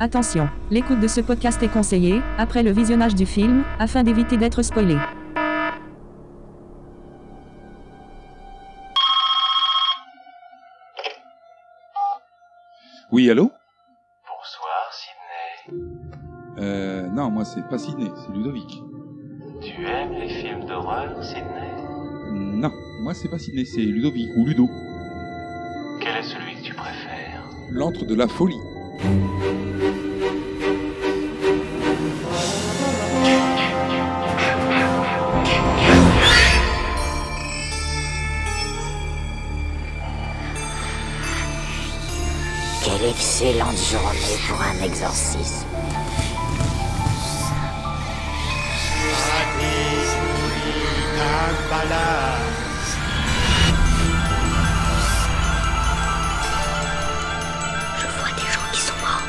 Attention, l'écoute de ce podcast est conseillée, après le visionnage du film, afin d'éviter d'être spoilé. Oui, allô Bonsoir Sydney. euh, Non, moi c'est pas Sidney, c'est Ludovic. Tu aimes les films d'horreur, Sydney Non, moi c'est pas Sidney, c'est Ludovic ou Ludo. Quel est celui que tu préfères L'antre de la folie. Quelle excellente journée pour un exorcisme. Je vois des gens qui sont morts.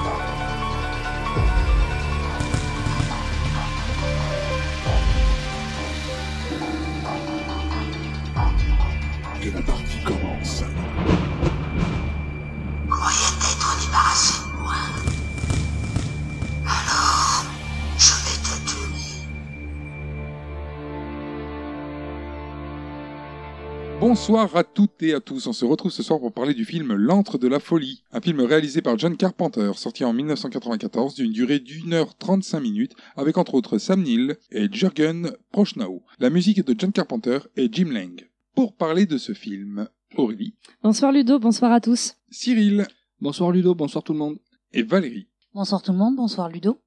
Et la partie commence. Croyez t'être débarrassé de moi. Alors, je vais te tuer. Bonsoir à toutes et à tous, on se retrouve ce soir pour parler du film L'antre de la folie, un film réalisé par John Carpenter, sorti en 1994 d'une durée d'une heure 35 minutes, avec entre autres Sam Neill et Jürgen Prochnow. La musique est de John Carpenter et Jim Lang. Pour parler de ce film, Aurélie, Bonsoir Ludo, bonsoir à tous. Cyril Bonsoir Ludo, bonsoir tout le monde. et Valérie. Bonsoir tout le monde, bonsoir Ludo.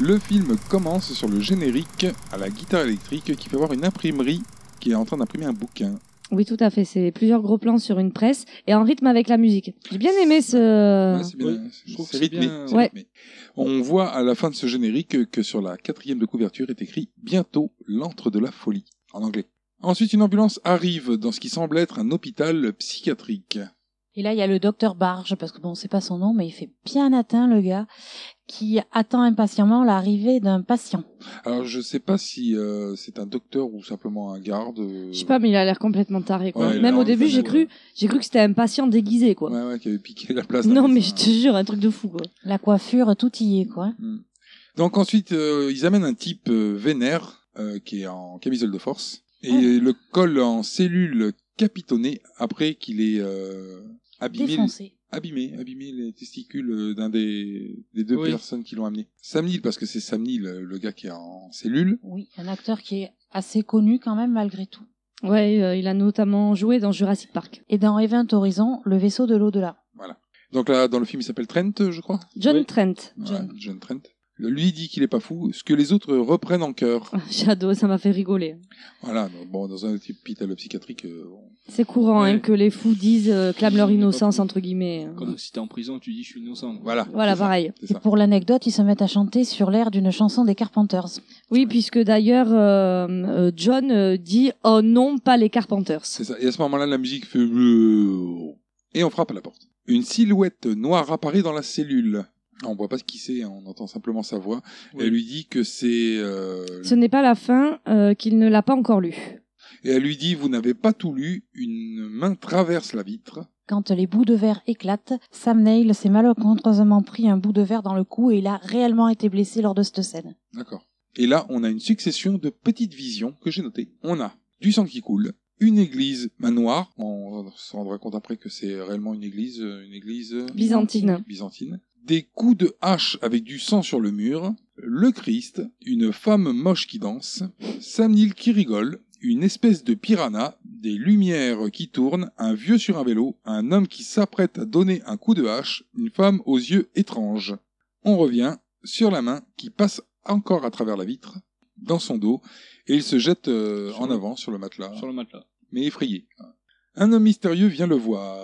Le film commence sur le générique à la guitare électrique qui fait voir une imprimerie qui est en train d'imprimer un bouquin. Oui, tout à fait, c'est plusieurs gros plans sur une presse et en rythme avec la musique. J'ai bien aimé ce... Euh, Ouais, c'est bien, oui, c'est- je trouve que c'est c'est rythmé, bien- c'est Ouais. rythmé. On voit à la fin de ce générique que sur la quatrième de couverture est écrit Bientôt l'antre de la folie en anglais. Ensuite, une ambulance arrive dans ce qui semble être un hôpital psychiatrique. Et là, il y a le docteur Barge, parce que bon, c'est pas son nom, mais il fait bien atteint le gars, qui attend impatiemment l'arrivée d'un patient. Alors, je sais pas si euh, c'est un docteur ou simplement un garde. euh, Je sais pas, mais il a l'air complètement taré. Quoi. Ouais, il a Même l'air au début, fou, j'ai ouais. cru, j'ai cru que c'était un patient déguisé, quoi. Ouais, ouais, qui avait piqué la place. d'un non, mais je médecin. te jure, un truc de fou, quoi. La coiffure, tout y est, quoi. Hmm. Donc ensuite, euh, ils amènent un type euh, vénère euh, qui est en camisole de force et Oh. le colle en cellule capitonnée après qu'il ait euh, abîmé, Défoncé. abîmé, abîmé les testicules euh, d'un des, des deux Oui. personnes qui l'ont amené. Sam Neill, parce que c'est Sam Neill, euh, le gars qui est en cellule. Oui, un acteur qui est assez connu quand même, malgré tout. Ouais, euh, il a notamment joué dans Jurassic Park. Et dans Event Horizon, le vaisseau de l'au-delà. Donc là, dans le film, il s'appelle Trent, je crois. John Oui. Trent. John. Ouais, John Trent. Lui dit qu'il est pas fou, ce que les autres reprennent en cœur. Ah, J'adore, ça m'a fait rigoler. Voilà, donc bon, dans un hôpital psychiatrique, euh, bon, C'est courant Ouais. hein, que les fous disent, euh, clament leur Il est pas innocence, fou. entre guillemets. hein. Comme si t'es en prison, tu dis je suis innocent. voilà. Voilà, c'est ça, pareil. c'est Et ça. pour l'anecdote, ils se mettent à chanter sur l'air d'une chanson des Carpenters. Oui, puisque d'ailleurs, euh, euh, John euh, dit « Oh non, pas les Carpenters C'est ça. Et à ce moment-là, la musique fait bleu. Et on frappe à la porte. Une silhouette noire apparaît dans la cellule. On voit pas ce qui c'est, hein, on entend simplement sa voix. Oui. Elle lui dit que c'est. euh, ». Ce n'est pas la fin euh, qu'il ne l'a pas encore lu. Et elle lui dit Vous n'avez pas tout lu, une main traverse la vitre. Quand les bouts de verre éclatent, Sam Neill s'est malencontreusement pris un bout de verre dans le cou et il a réellement été blessé lors de cette scène. D'accord. Et là, on a une succession de petites visions que j'ai notées. On a du sang qui coule, une église manoir. On se rendra compte après que c'est réellement une église, euh, une église euh, Byzantine. byzantine. Des coups de hache avec du sang sur le mur, le Christ, une femme moche qui danse, Sam Neill qui rigole, une espèce de piranha, des lumières qui tournent, un vieux sur un vélo, un homme qui s'apprête à donner un coup de hache, une femme aux yeux étranges. On revient sur la main qui passe encore à travers la vitre, dans son dos, et il se jette euh, Sur en le- avant sur le matelas, Sur le matelas. mais effrayé. Un homme mystérieux vient le voir.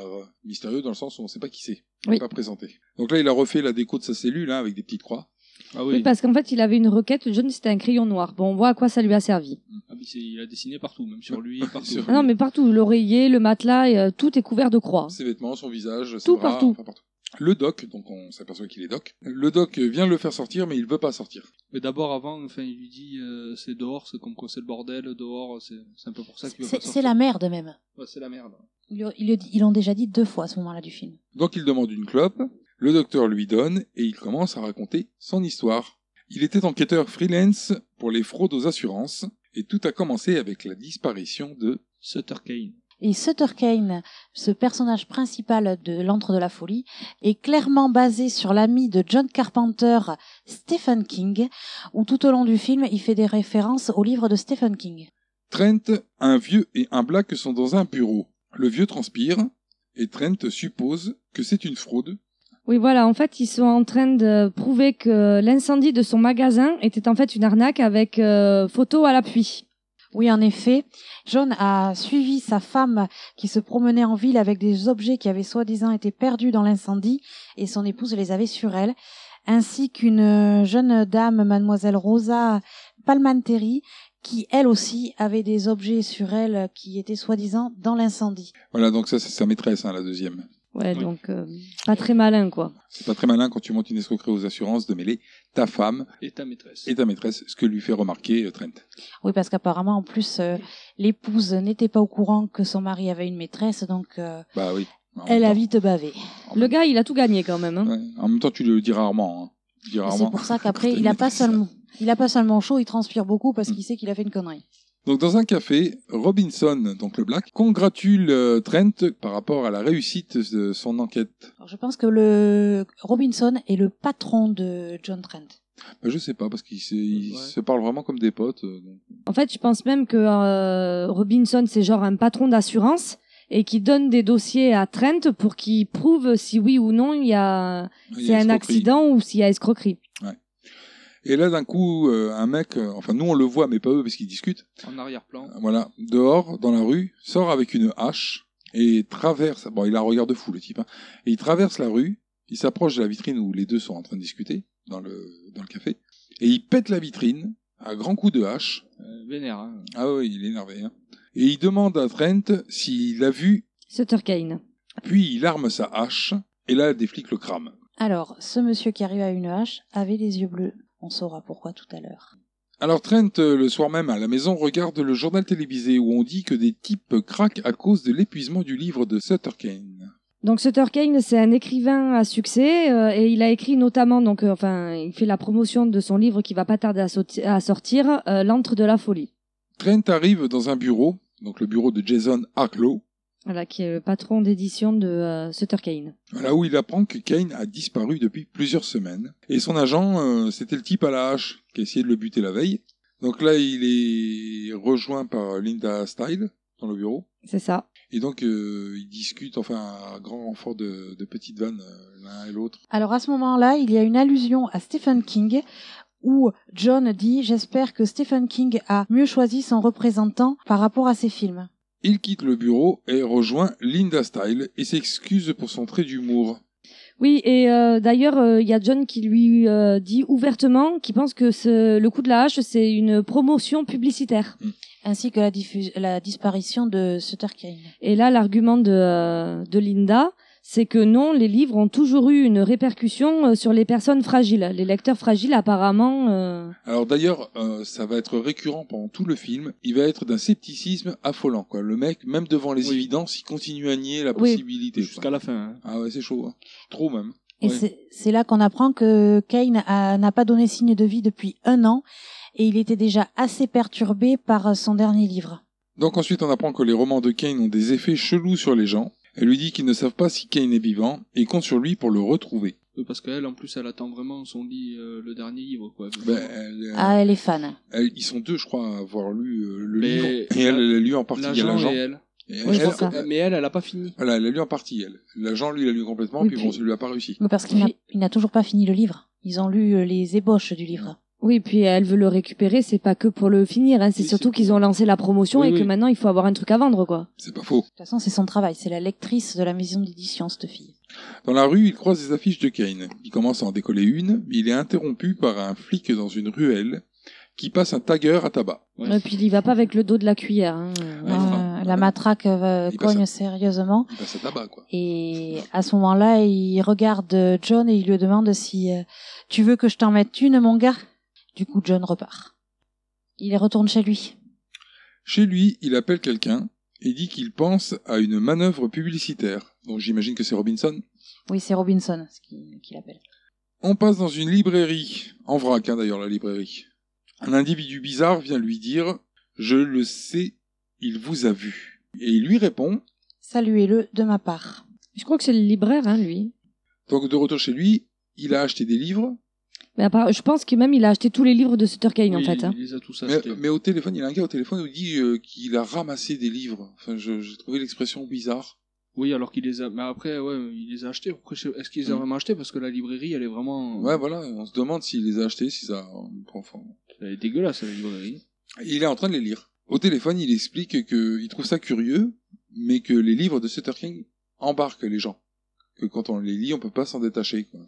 Mystérieux dans le sens où on ne sait pas qui c'est. Il Oui. n'est pas présenté. Donc là, il a refait la déco de sa cellule hein, avec des petites croix. Ah Oui, oui, parce qu'en fait, il avait une requête. John, c'était un crayon noir. Bon, on voit à quoi ça lui a servi. Ah, mais c'est- il a dessiné partout, même sur lui, partout. Sur- Ah non, mais partout, l'oreiller, le matelas, et, euh, tout est couvert de croix. Ses vêtements, son visage, ses Tout bras, partout. enfin, partout. Le doc, donc on s'aperçoit qu'il est doc, le doc vient le faire sortir, mais il veut pas sortir. Mais d'abord, avant, enfin, il lui dit euh, c'est dehors, c'est comme quoi c'est le bordel, dehors, c'est c'est un peu pour ça qu'il veut pas C'est c'est sortir. la merde même. Ouais, c'est la merde. Ils le- ils le- ils l'ont déjà dit deux fois à ce moment-là du film. Donc il demande une clope, le docteur lui donne et il commence à raconter son histoire. Il était enquêteur freelance pour les fraudes aux assurances et tout a commencé avec la disparition de... Sutter Kane. Et Sutter Kane, ce personnage principal de L'Antre de la Folie, est clairement basé sur l'ami de John Carpenter, Stephen King, où tout au long du film, il fait des références au livre de Stephen King. Trent, un vieux et un black sont dans un bureau. Le vieux transpire et Trent suppose que c'est une fraude. Oui, voilà, en fait, ils sont en train de prouver que l'incendie de son magasin était en fait une arnaque avec euh, photo à l'appui. Oui, en effet, John a suivi sa femme qui se promenait en ville avec des objets qui avaient soi-disant été perdus dans l'incendie et son épouse les avait sur elle, ainsi qu'une euh, jeune dame, mademoiselle Rosa Palmanteri, qui elle aussi avait des objets sur elle qui étaient soi-disant dans l'incendie. Voilà, donc ça c'est sa maîtresse, hein, la deuxième. Ouais, Oui. donc euh, pas très malin, quoi. C'est pas très malin quand tu montes une escroquerie aux assurances de mêler ta femme Et ta maîtresse. et ta maîtresse, ce que lui fait remarquer euh, Trent. Oui, parce qu'apparemment, en plus, euh, l'épouse n'était pas au courant que son mari avait une maîtresse, donc euh, Bah oui. En elle même a temps- vite bavé. en Le même- gars, il a tout gagné quand même. hein. Ouais, en même temps, tu le dis rarement. hein. Tu le dis C'est rarement. pour ça Quand qu'après, t'as il une n'a pas maîtresse. seulement, il a pas seulement chaud, il transpire beaucoup parce qu'il sait qu'il a fait une connerie. Donc dans un café, Robinson, donc le Black, congratule euh, Trent par rapport à la réussite de son enquête. Alors, je pense que le Robinson est le patron de John Trent. Bah, je sais pas parce qu'ils se, ils Ouais. se parlent vraiment comme des potes. euh, donc. En fait, je pense même que euh, Robinson, c'est genre un patron d'assurance et qui donne des dossiers à Trent pour qu'il prouve si oui ou non il y a Il y c'est a un escroquerie. accident ou s'il y a escroquerie. Et là d'un coup, euh, un mec, euh, enfin nous on le voit mais pas eux parce qu'ils discutent. En arrière-plan. Voilà, dehors dans la rue, sort avec une hache et traverse. Bon, il a un regard de fou le type. hein. et il traverse la rue. Il s'approche de la vitrine où les deux sont en train de discuter dans le dans le café. Et il pète la vitrine à grands coups de hache. Euh, vénère. hein. Ah oui, il est énervé. hein. Et il demande à Trent s'il a vu, Sutter Kane. puis il arme sa hache, et là des flics le crament. Alors, ce monsieur qui arrive à une hache avait les yeux bleus. On saura pourquoi tout à l'heure. Alors Trent, euh, le soir même à la maison, regarde le journal télévisé où on dit que des types craquent à cause de l'épuisement du livre de Sutter Kane. Donc Sutter Kane, c'est un écrivain à succès euh, et il a écrit notamment donc euh, enfin il fait la promotion de son livre qui va pas tarder à, sauti- à sortir, euh, L'antre de la folie. Trent arrive dans un bureau, donc le bureau de Jason Arklow, Voilà, qui est le patron d'édition de euh, Sutter Kane. là où il apprend que Kane a disparu depuis plusieurs semaines. Et son agent, euh, c'était le type à la hache qui a essayé de le buter la veille. Donc là, il est rejoint par Linda Style dans le bureau. C'est ça. Et donc, euh, ils discutent, enfin, à grand renfort de, de petites vannes, euh, l'un et l'autre. Alors à ce moment-là, il y a une allusion à Stephen King où John dit J'espère que Stephen King a mieux choisi son représentant par rapport à ses films. Il quitte le bureau et rejoint Linda Style et s'excuse pour son trait d'humour. Oui, et euh, d'ailleurs, euh, il y a John qui lui euh, dit ouvertement qu'il pense que ce, le coup de la hache, c'est une promotion publicitaire. Ainsi que la, diffu- la disparition de Sutter Kane. Et là, l'argument de, euh, de Linda, c'est que non, les livres ont toujours eu une répercussion euh, sur les personnes fragiles. Les lecteurs fragiles, apparemment. euh, Alors d'ailleurs, euh, ça va être récurrent pendant tout le film. Il va être d'un scepticisme affolant, quoi. Le mec, même devant les Oui. évidences, il continue à nier la Oui. possibilité. quoi. Jusqu'à la fin. hein. Ah ouais, c'est chaud. hein. Trop même. Et Ouais. c'est- c'est là qu'on apprend que Kane a- n'a pas donné signe de vie depuis un an et il était déjà assez perturbé par son dernier livre. Donc ensuite, on apprend que les romans de Kane ont des effets chelous sur les gens. Elle lui dit qu'ils ne savent pas si Kane est vivant et compte sur lui pour le retrouver. Euh, Parce qu'elle, en plus, elle attend vraiment son lit, euh, le dernier livre. Quoi. Ben, elle, euh, Ah, elle est fan. Elle- ils sont deux, je crois, à avoir lu euh, le Mais livre. Et elle, elle a lu en partie. Il y a L'agent l'agent. et elle. Et Oui, elle- c'est ça. euh, Mais elle, elle a pas fini. voilà, elle a lu en partie, elle. L'agent, lui, il a lu complètement, Oui, puis puis- bon, ça lui a pas réussi. Mais Parce qu'il n'a- Oui. il n'a toujours pas fini le livre. Ils ont lu euh, les ébauches du livre. Oui, puis elle veut le récupérer, c'est pas que pour le finir, hein, c'est Oui, surtout c'est- qu'ils ont lancé la promotion Oui, et que oui. maintenant il faut avoir un truc à vendre, quoi. C'est pas faux. De toute façon, c'est son travail. C'est la lectrice de la maison d'édition, cette fille. Dans la rue, il croise des affiches de Kane. Il commence à en décoller une, mais il est interrompu par un flic dans une ruelle qui passe un tagueur à tabac. Ouais. Et puis il y va pas avec le dos de la cuillère. hein. Ah, il sera- Euh, la matraque euh, Il passe cogne à- sérieusement. Il passe à tabac, quoi. Et à ce moment-là, il regarde euh, John et il lui demande si euh, tu veux que je t'en mette une, mon gars. Du coup, John repart. Il retourne chez lui. Chez lui, il appelle quelqu'un et dit qu'il pense à une manœuvre publicitaire, donc j'imagine que c'est Robinson. Oui, c'est Robinson ce qui- qu'il appelle. On passe dans une librairie, en vrac hein, d'ailleurs la librairie. Un individu bizarre vient lui dire Je le sais, il vous a vu. Et il lui répond Saluez-le de ma part. Je crois que c'est le libraire, hein, lui. Donc de retour chez lui, il a acheté des livres, Mais à part- je pense que même il a acheté tous les livres de Sutter Kane, en Oui, fait. hein. Il les a tous mais, achetés. mais au téléphone, il a un gars au téléphone qui dit euh, qu'il a ramassé des livres. Enfin, je- j'ai trouvé l'expression bizarre. Oui, alors qu'il les a. Mais après, ouais, il les a achetés. Après, je- Est-ce qu'ils les a Mm. vraiment achetés Parce que la librairie, elle est vraiment. Ouais, voilà, on se demande s'il les a achetés, si ça. enfin, Elle est dégueulasse, la librairie. Il est en train de les lire. Au téléphone, il explique qu'il trouve ça curieux, mais que les livres de Sutter King embarquent les gens. Que quand on les lit, on peut pas s'en détacher. Quoi.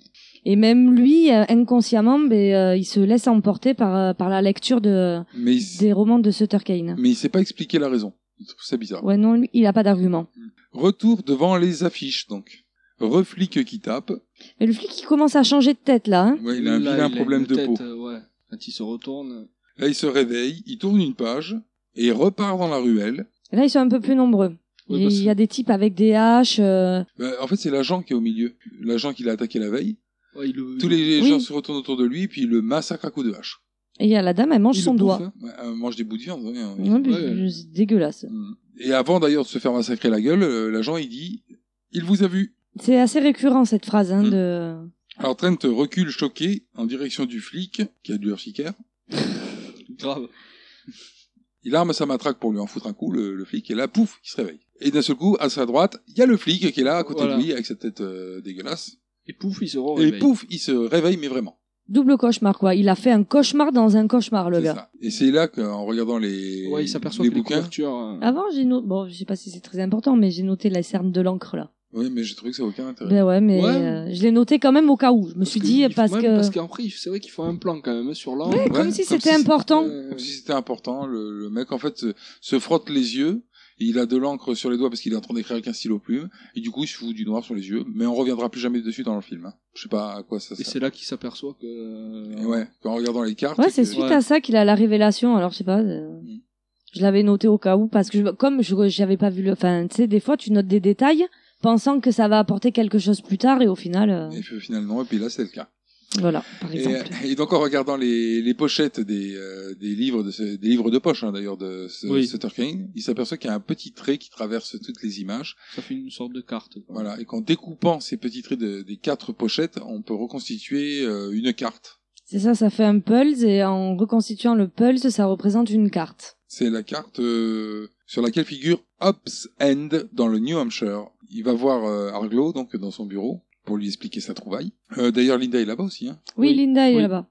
Et même lui, euh, inconsciemment, ben, euh, il se laisse emporter par, euh, par la lecture de, Mais, il... des romans de Sutter Kane. mais il sait pas expliquer la raison. Il trouve ça bizarre. Ouais, non, lui, il n'a pas d'argument. Retour devant les affiches, donc. Reflic qui tape. Mais le flic, il commence à changer de tête, là. hein. Ouais, il a un Là, vilain une problème de tête, peau. euh, ouais. Quand il se retourne. Là, il se réveille, il tourne une page, et il repart dans la ruelle. Et là, ils sont un peu plus nombreux. Oui, Et parce- il y a des types avec des haches. euh, Euh, en fait, c'est l'agent qui est au milieu. L'agent qui l'a attaqué la veille. Ouais, il le- Tous les Oui. gens se retournent autour de lui, puis il le massacre à coups de hache. Et il y a la dame, elle mange Il le son bouffe, doigt. hein. Ouais, elle mange des bouts de viande. ouais, hein. Non, mais Ouais. C'est dégueulasse. Mm. Et avant d'ailleurs de se faire massacrer la gueule, euh, l'agent il dit Il vous a vu. C'est assez récurrent, cette phrase. Hein, Mm. de... Alors Trent recule choqué en direction du flic qui a du urticaire. Grave. Il arme sa matraque pour lui en foutre un coup, le, le flic, et là, pouf, il se réveille. Et d'un seul coup, à sa droite, il y a le flic qui est là à côté Voilà. Oh, de lui avec sa tête euh, dégueulasse. Et pouf, il se eh ben, re et pouf, il se réveille, mais vraiment. Double cauchemar, quoi. Il a fait un cauchemar dans un cauchemar, le C'est gars. ça. Et c'est là qu'en regardant les, Ouais, il s'aperçoit les que les bouquins. couvertures. euh, Avant, j'ai noté... Bon, je sais pas si c'est très important, mais j'ai noté la cerne de l'encre, là. Oui, mais j'ai trouvé que ça n'a aucun intérêt. Ben ouais, mais Ouais. euh, je l'ai noté quand même au cas où. Je me parce suis que dit, il- parce ouais, que... Parce qu'après, c'est vrai qu'il faut un plan quand même sur l'angle. Ouais, Ouais, comme si comme c'était si- euh, important. Comme si c'était important, le, le mec en fait se, se frotte les yeux, il a de l'encre sur les doigts parce qu'il est en train d'écrire avec un stylo plume, et du coup il se fout du noir sur les yeux, mais on reviendra plus jamais dessus dans le film. hein. Je sais pas à quoi ça Et sert. c'est là qu'il s'aperçoit que. euh, Et ouais, en regardant les cartes. Ouais, c'est que- suite ouais. Mm. à ça qu'il a la révélation. Alors, je sais pas. euh, Je l'avais noté au cas où parce que je- comme je j'avais pas vu le. Enfin, tu sais, des fois, tu notes des détails pensant que ça va apporter quelque chose plus tard et au final, euh, Et puis finalement, et puis là c'est le cas. voilà, par Et, euh, exemple. et donc en regardant les, les pochettes des, euh, des livres de ce- des livres de poche hein, d'ailleurs de ce- Oui. Sutter Kane, il s'aperçoit qu'il y a un petit trait qui traverse toutes les images, Ça fait une sorte de carte. quoi. voilà, et qu'en découpant ces petits traits de- des quatre pochettes, on peut reconstituer euh, une carte. C'est ça, ça fait un pulse et en reconstituant le pulse, ça représente une carte. C'est la carte euh, sur laquelle figure Hobbs End dans le New Hampshire. Il va voir euh, Arglo, donc, dans son bureau, pour lui expliquer sa trouvaille. Euh, D'ailleurs, Linda est là-bas aussi. Hein. Oui, Oui, Linda est oui. là-bas.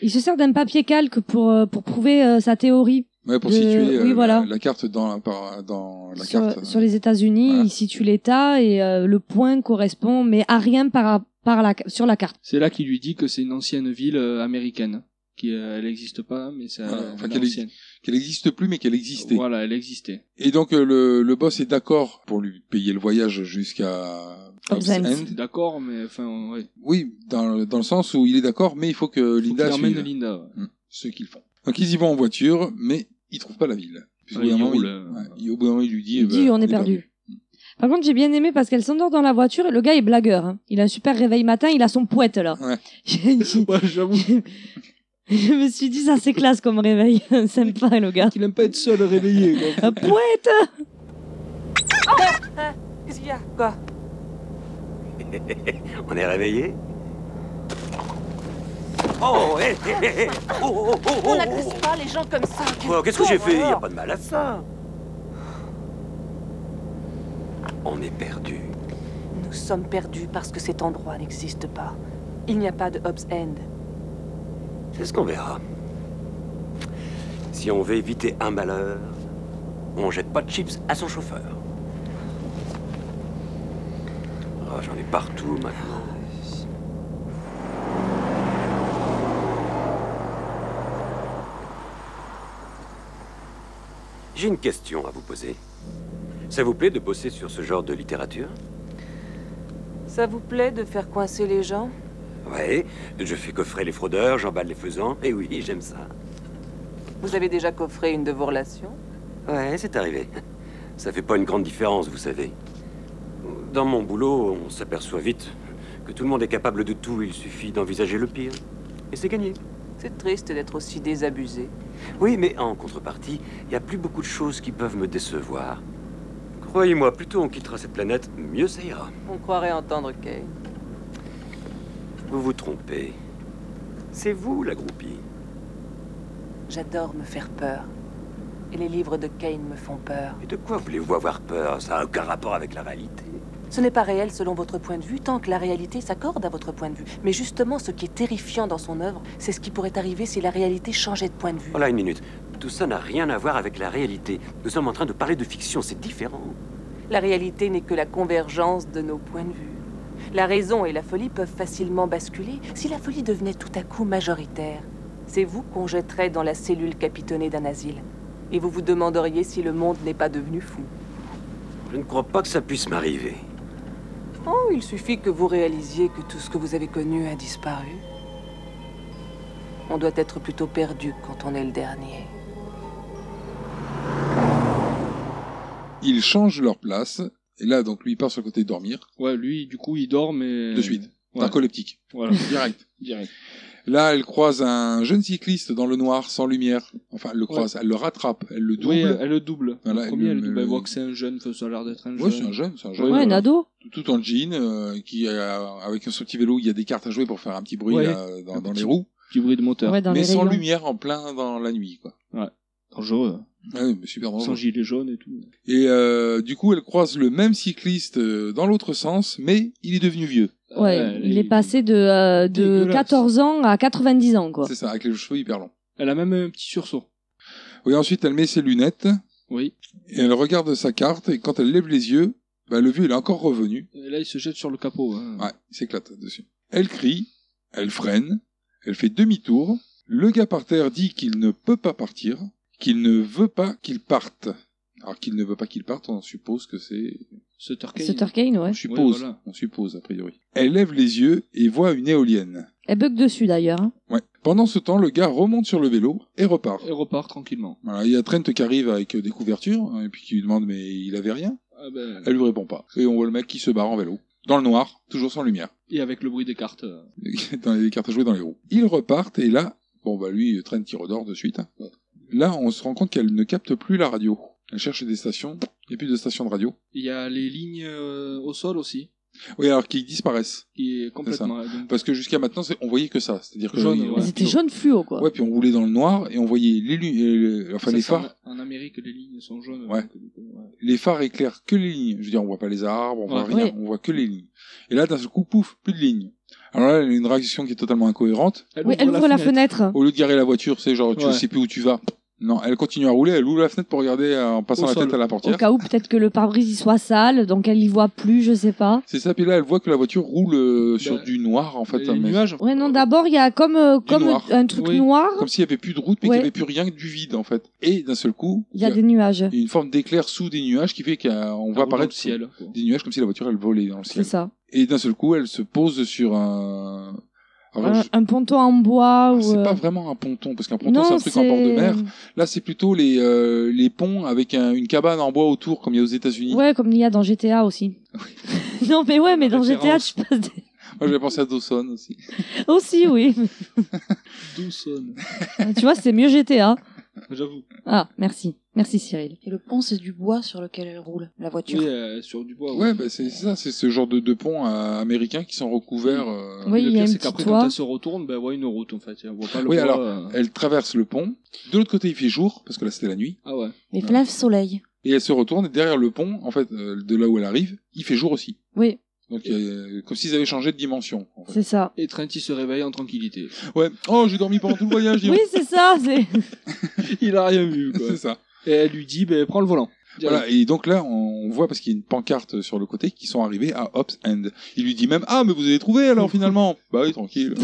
Il se sert d'un papier calque pour euh, pour prouver euh, sa théorie Ouais, pour De- situer euh, oui, la- voilà. la, carte dans, la- par- dans la sur, carte. sur les États-Unis. Voilà. Il situe l'État et euh, le point correspond, mais à rien par par la sur la carte. C'est là qu'il lui dit que c'est une ancienne ville euh, américaine. Qui, euh, elle n'existe pas, mais c'est Voilà, euh, enfin, elle est qu'elle ancienne. Qu'elle n'existe plus, mais qu'elle existait. Voilà, elle existait. Et donc, euh, le, le boss est d'accord pour lui payer le voyage jusqu'à Hobbs Hobbs End. End. D'accord, mais enfin, ouais. Oui, dans, dans le sens où il est d'accord, mais il faut que Faut Linda qu'il emmène suive. Linda. ouais. Hmm, ce qu'ils font. Donc ils y vont en voiture, mais ils trouvent pas la ville. Puis, au Ouais, bout d'un ils moment, roulent, il- euh, ouais, il- au bout d'un moment, il lui dit, Il eh ben, dit on est perdu. Par contre, j'ai bien aimé parce qu'elle s'endort dans la voiture et le gars est blagueur. hein. Il a un super réveil matin, il a son poète là. Ouais. Je- Ouais, j'avoue je, je me suis dit ça c'est classe comme réveil, sympa le gars. qu'il aime pas être seul réveillé. quoi. Un poète Qu'est-ce qu'il y a Quoi On est réveillé Oh, hé, hé, hé, hé. Oh, oh, oh, oh, On oh, n'agresse oh. pas les gens comme ça. tu Quoi Qu'est-ce que j'ai con, fait Il n'y a alors. pas de mal à ça. On est perdu. Nous sommes perdus parce que cet endroit n'existe pas. Il n'y a pas de Hobbs End. C'est ce qu'on verra. Si on veut éviter un malheur, on jette pas de chips à son chauffeur. Ah, J'en ai partout maintenant. J'ai une question à vous poser. Ça vous plaît de bosser sur ce genre de littérature Ça vous plaît de faire coincer les gens Ouais, je fais coffrer les fraudeurs, j'emballe les faisans, et oui, j'aime ça. Vous avez déjà coffré une de vos relations Ouais, c'est arrivé. Ça fait pas une grande différence, vous savez. Dans mon boulot, on s'aperçoit vite que tout le monde est capable de tout, il suffit d'envisager le pire. Et c'est gagné. C'est triste d'être aussi désabusé. Oui, mais en contrepartie, il n'y a plus beaucoup de choses qui peuvent me décevoir. Croyez-moi, plus tôt on quittera cette planète, mieux ça ira. On croirait entendre Kay. Vous vous trompez. C'est vous la groupie. J'adore me faire peur. Et les livres de Kane me font peur. Et de quoi voulez-vous avoir peur Ça n'a aucun rapport avec la réalité. Ce n'est pas réel selon votre point de vue, tant que la réalité s'accorde à votre point de vue. Mais justement, ce qui est terrifiant dans son œuvre, c'est ce qui pourrait arriver si la réalité changeait de point de vue. Voilà une minute. Tout ça n'a rien à voir avec la réalité. Nous sommes en train de parler de fiction, c'est différent. La réalité n'est que la convergence de nos points de vue. La raison et la folie peuvent facilement basculer si la folie devenait tout à coup majoritaire. C'est vous qu'on jetterait dans la cellule capitonnée d'un asile. Et vous vous demanderiez si le monde n'est pas devenu fou. Je ne crois pas que ça puisse m'arriver. Oh, il suffit que vous réalisiez que tout ce que vous avez connu a disparu. On doit être plutôt perdu quand on est le dernier. Ils changent leur place. Et là, donc, lui, il part sur le côté dormir. Ouais, lui, du coup, il dort, mais. De suite. Ouais. Narcoleptique. Voilà, Direct. direct. Là, elle croise un jeune cycliste dans le noir, sans lumière. Enfin, elle le croise, elle le rattrape, elle le double. Oui, elle le double. Voilà, Le premier, elle- elle, le double. elle- Elle voit que c'est un jeune, enfin, ça a l'air d'être un jeune. Ouais, c'est un jeune, c'est un jeune. Ouais, un ado. Tout en jean, euh, qui euh, avec son petit vélo, il y a des cartes à jouer pour faire un petit bruit Ouais. là, dans, Un dans petit- les roues, Petit bruit de moteur. Ouais, dans mais les sans rayons. lumière en plein dans la nuit, quoi. Dangereux. Ah oui, mais super dangereux. Sans gilet jaune et tout. Et euh, du coup, elle croise le même cycliste euh, dans l'autre sens, mais il est devenu vieux. Ouais, Euh, il est passé de, euh, de Dégueulasse. 14 ans à 90 ans, quoi. C'est ça, avec les cheveux hyper longs. Elle a même un petit sursaut. Oui, ensuite, elle met ses lunettes Oui. et elle regarde sa carte et quand elle lève les yeux, bah, le vieux il est encore revenu. Et là, il se jette sur le capot. hein. Ouais, il s'éclate dessus. Elle crie, elle freine, elle fait demi-tour. Le gars par terre dit qu'il ne peut pas partir, qu'il ne veut pas qu'il parte. Alors qu'il ne veut pas qu'il parte, on suppose que c'est... Sutter Kane. Sutter Kane, ouais. On suppose, Ouais, voilà. on suppose, a priori. Elle lève les yeux et voit une éolienne. Elle bug dessus, d'ailleurs. hein. Ouais. Pendant ce temps, le gars remonte sur le vélo et repart. Et repart tranquillement. Voilà, il y a Trent qui arrive avec euh, des couvertures, hein, et puis qui lui demande mais il avait rien. Ah ben, Elle lui répond pas. Et on voit le mec qui se barre en vélo. Dans le noir, toujours sans lumière. Et avec le bruit des cartes. euh, dans les cartes à jouer dans les roues. Ils repartent et là, bon bah lui, Trent qui redort de suite. hein. Là, on se rend compte qu'elle ne capte plus la radio. Elle cherche des stations, il n'y a plus de stations de radio. Il y a les lignes euh, au sol aussi, Oui, alors qu'ils disparaissent. qui est complètement. donc, Parce que jusqu'à maintenant, c'est- on voyait que ça. C'est-à-dire que... Jaune, il- ouais. Elles étaient jaunes fluo, quoi. Ouais, puis on roulait dans le noir et on voyait les, lu- et le- enfin, ça, les c'est phares. En, en Amérique, les lignes sont jaunes. Ouais. donc, du coup, ouais. les phares éclairent que les lignes. Je veux dire, on voit pas les arbres, on voit Ouais. rien, Ouais. on voit que les lignes. Et là, d'un seul coup, pouf, plus de lignes. Alors là, elle a une réaction qui est totalement incohérente. Oui, elle ouvre la fenêtre. Au lieu de garer la voiture, c'est genre, tu Ouais. sais plus où tu vas. Non, elle continue à rouler, elle ouvre la fenêtre pour regarder euh, en passant Au la sol. tête à la Au portière. cas où, peut-être que le pare-brise il soit sale, donc elle y voit plus, je sais pas. C'est ça, puis là, elle voit que la voiture roule euh, sur Bah, du noir, en fait. Les hein, mais- nuages. Ouais, non, d'abord, il y a comme, euh, comme noir. un truc Oui. noir, Comme s'il y avait plus de route, mais Ouais. qu'il y avait plus rien que du vide, en fait. Et d'un seul coup, il y a des nuages. il y a une forme d'éclair sous des nuages qui fait qu'on Elle voit roule dans apparaître le ciel. quoi. des nuages comme si la voiture, elle volait dans le C'est ciel. ça. Et d'un seul coup, elle se pose sur un... Alors, Un, ah je- Ah, un ponton en bois ou. C'est euh, pas vraiment un ponton, parce qu'un ponton, c'est Non, un truc en bord de mer. c'est- Là, c'est plutôt les, euh, les ponts avec un- une cabane en bois autour, comme il y a aux États-Unis. Ouais, comme il y a dans GTA aussi. non, mais ouais, mais dans GTA, Référence. tu passes des- Moi, j'avais pensé à Dawson aussi. Aussi, oui. Dawson. tu vois, c'est mieux GTA. J'avoue. Ah, merci. Merci, Cyril. Et le pont, c'est du bois sur lequel elle roule, la voiture. Oui, euh, sur du bois. Ouais, bah, c'est ça, c'est ce genre de, de ponts euh, américains qui sont recouverts. euh, Oui, il y le a pire, une c'est petite qu'après, toit. quand elle se retourne, ben, elle voit une route, en fait. Elle voit pas le Oui, bois, alors, euh. Elle traverse le pont. De l'autre côté, il fait jour, parce que là, c'était la nuit. Ah ouais. Mais plein soleil. Et elle se retourne, et derrière le pont, en fait, euh, de là où elle arrive, il fait jour aussi. Oui, Donc, euh, comme s'ils avaient changé de dimension. en fait. c'est ça. Et Trent, il se réveille en tranquillité. Ouais. Oh, j'ai dormi pendant tout le voyage. dis Oui, donc. c'est ça. c'est- il a rien vu, quoi. c'est ça. Et elle lui dit, ben, prends le volant. Voilà, et donc là, on voit, parce qu'il y a une pancarte sur le côté, qu'ils sont arrivés à Hobbs End. Il lui dit même, ah, mais vous avez trouvé alors finalement Bah oui, tranquille.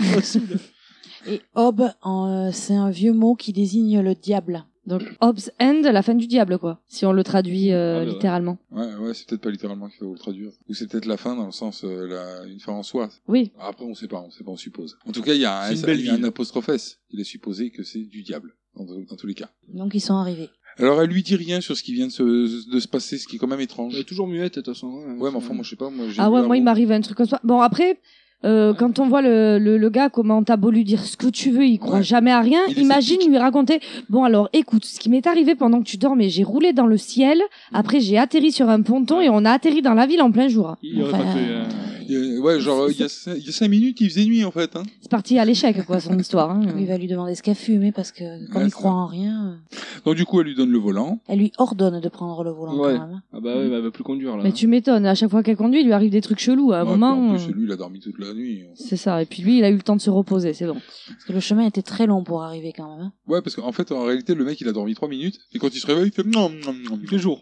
Et Hob, en, euh, c'est un vieux mot qui désigne le diable. Donc, Hobbes End, la fin du diable, quoi, si on le traduit euh, Ah, bah ouais. littéralement. Ouais, ouais, c'est peut-être pas littéralement qu'il faut le traduire. Ou c'est peut-être la fin dans le sens euh, la... une fin en soi. Oui. Après, on sait pas, on sait pas, on suppose. En tout cas, il y a un, C'est une belle il y a un ville. apostrophe S. Il est supposé que c'est du diable, dans, dans tous les cas. Donc ils sont arrivés. Alors, elle lui dit rien sur ce qui vient de se, de se passer, ce qui est quand même étrange. Elle est toujours muette, de toute façon. hein. Ouais, mais enfin, moi, je sais pas, moi, j'ai Ah vu ouais, un moi, il mot. m'arrive un truc comme ça. Bon, après, euh, quand on voit le, le, le gars, comment t'as beau lui dire ce que tu veux, il croit Ouais. jamais à rien. Il est Imagine sceptique. lui raconter. Bon, alors, écoute, ce qui m'est arrivé pendant que tu dormais, j'ai roulé dans le ciel. Après, j'ai atterri sur un ponton et on a atterri dans la ville en plein jour. hein. Il aurait Enfin, pas fait. euh, Il y a- Ouais, Ah, genre, il y, a cin- il y a cinq minutes, il faisait nuit, en fait. Hein. C'est parti à l'échec, quoi, son histoire. hein. Il va lui demander ce qu'elle fumé parce que comme Ouais, il ça. croit en rien, euh, Donc, du coup, elle lui donne le volant. elle lui ordonne de prendre le volant Ouais. quand même. hein. Ah bah ouais, bah, elle va plus conduire là. mm. Mais tu m'étonnes, à chaque fois qu'elle conduit, il lui arrive des trucs chelous à un Ouais, puis En moment. plus, euh, lui, il a dormi toute la nuit. C'est ça. Et puis lui, il a eu le temps de se reposer, c'est bon. Parce que le chemin était très long pour arriver quand même. hein. Ouais, parce qu'en fait, en réalité, le mec, il a dormi trois minutes. Et quand il se réveille, il fait non, non, non. Tous les jours.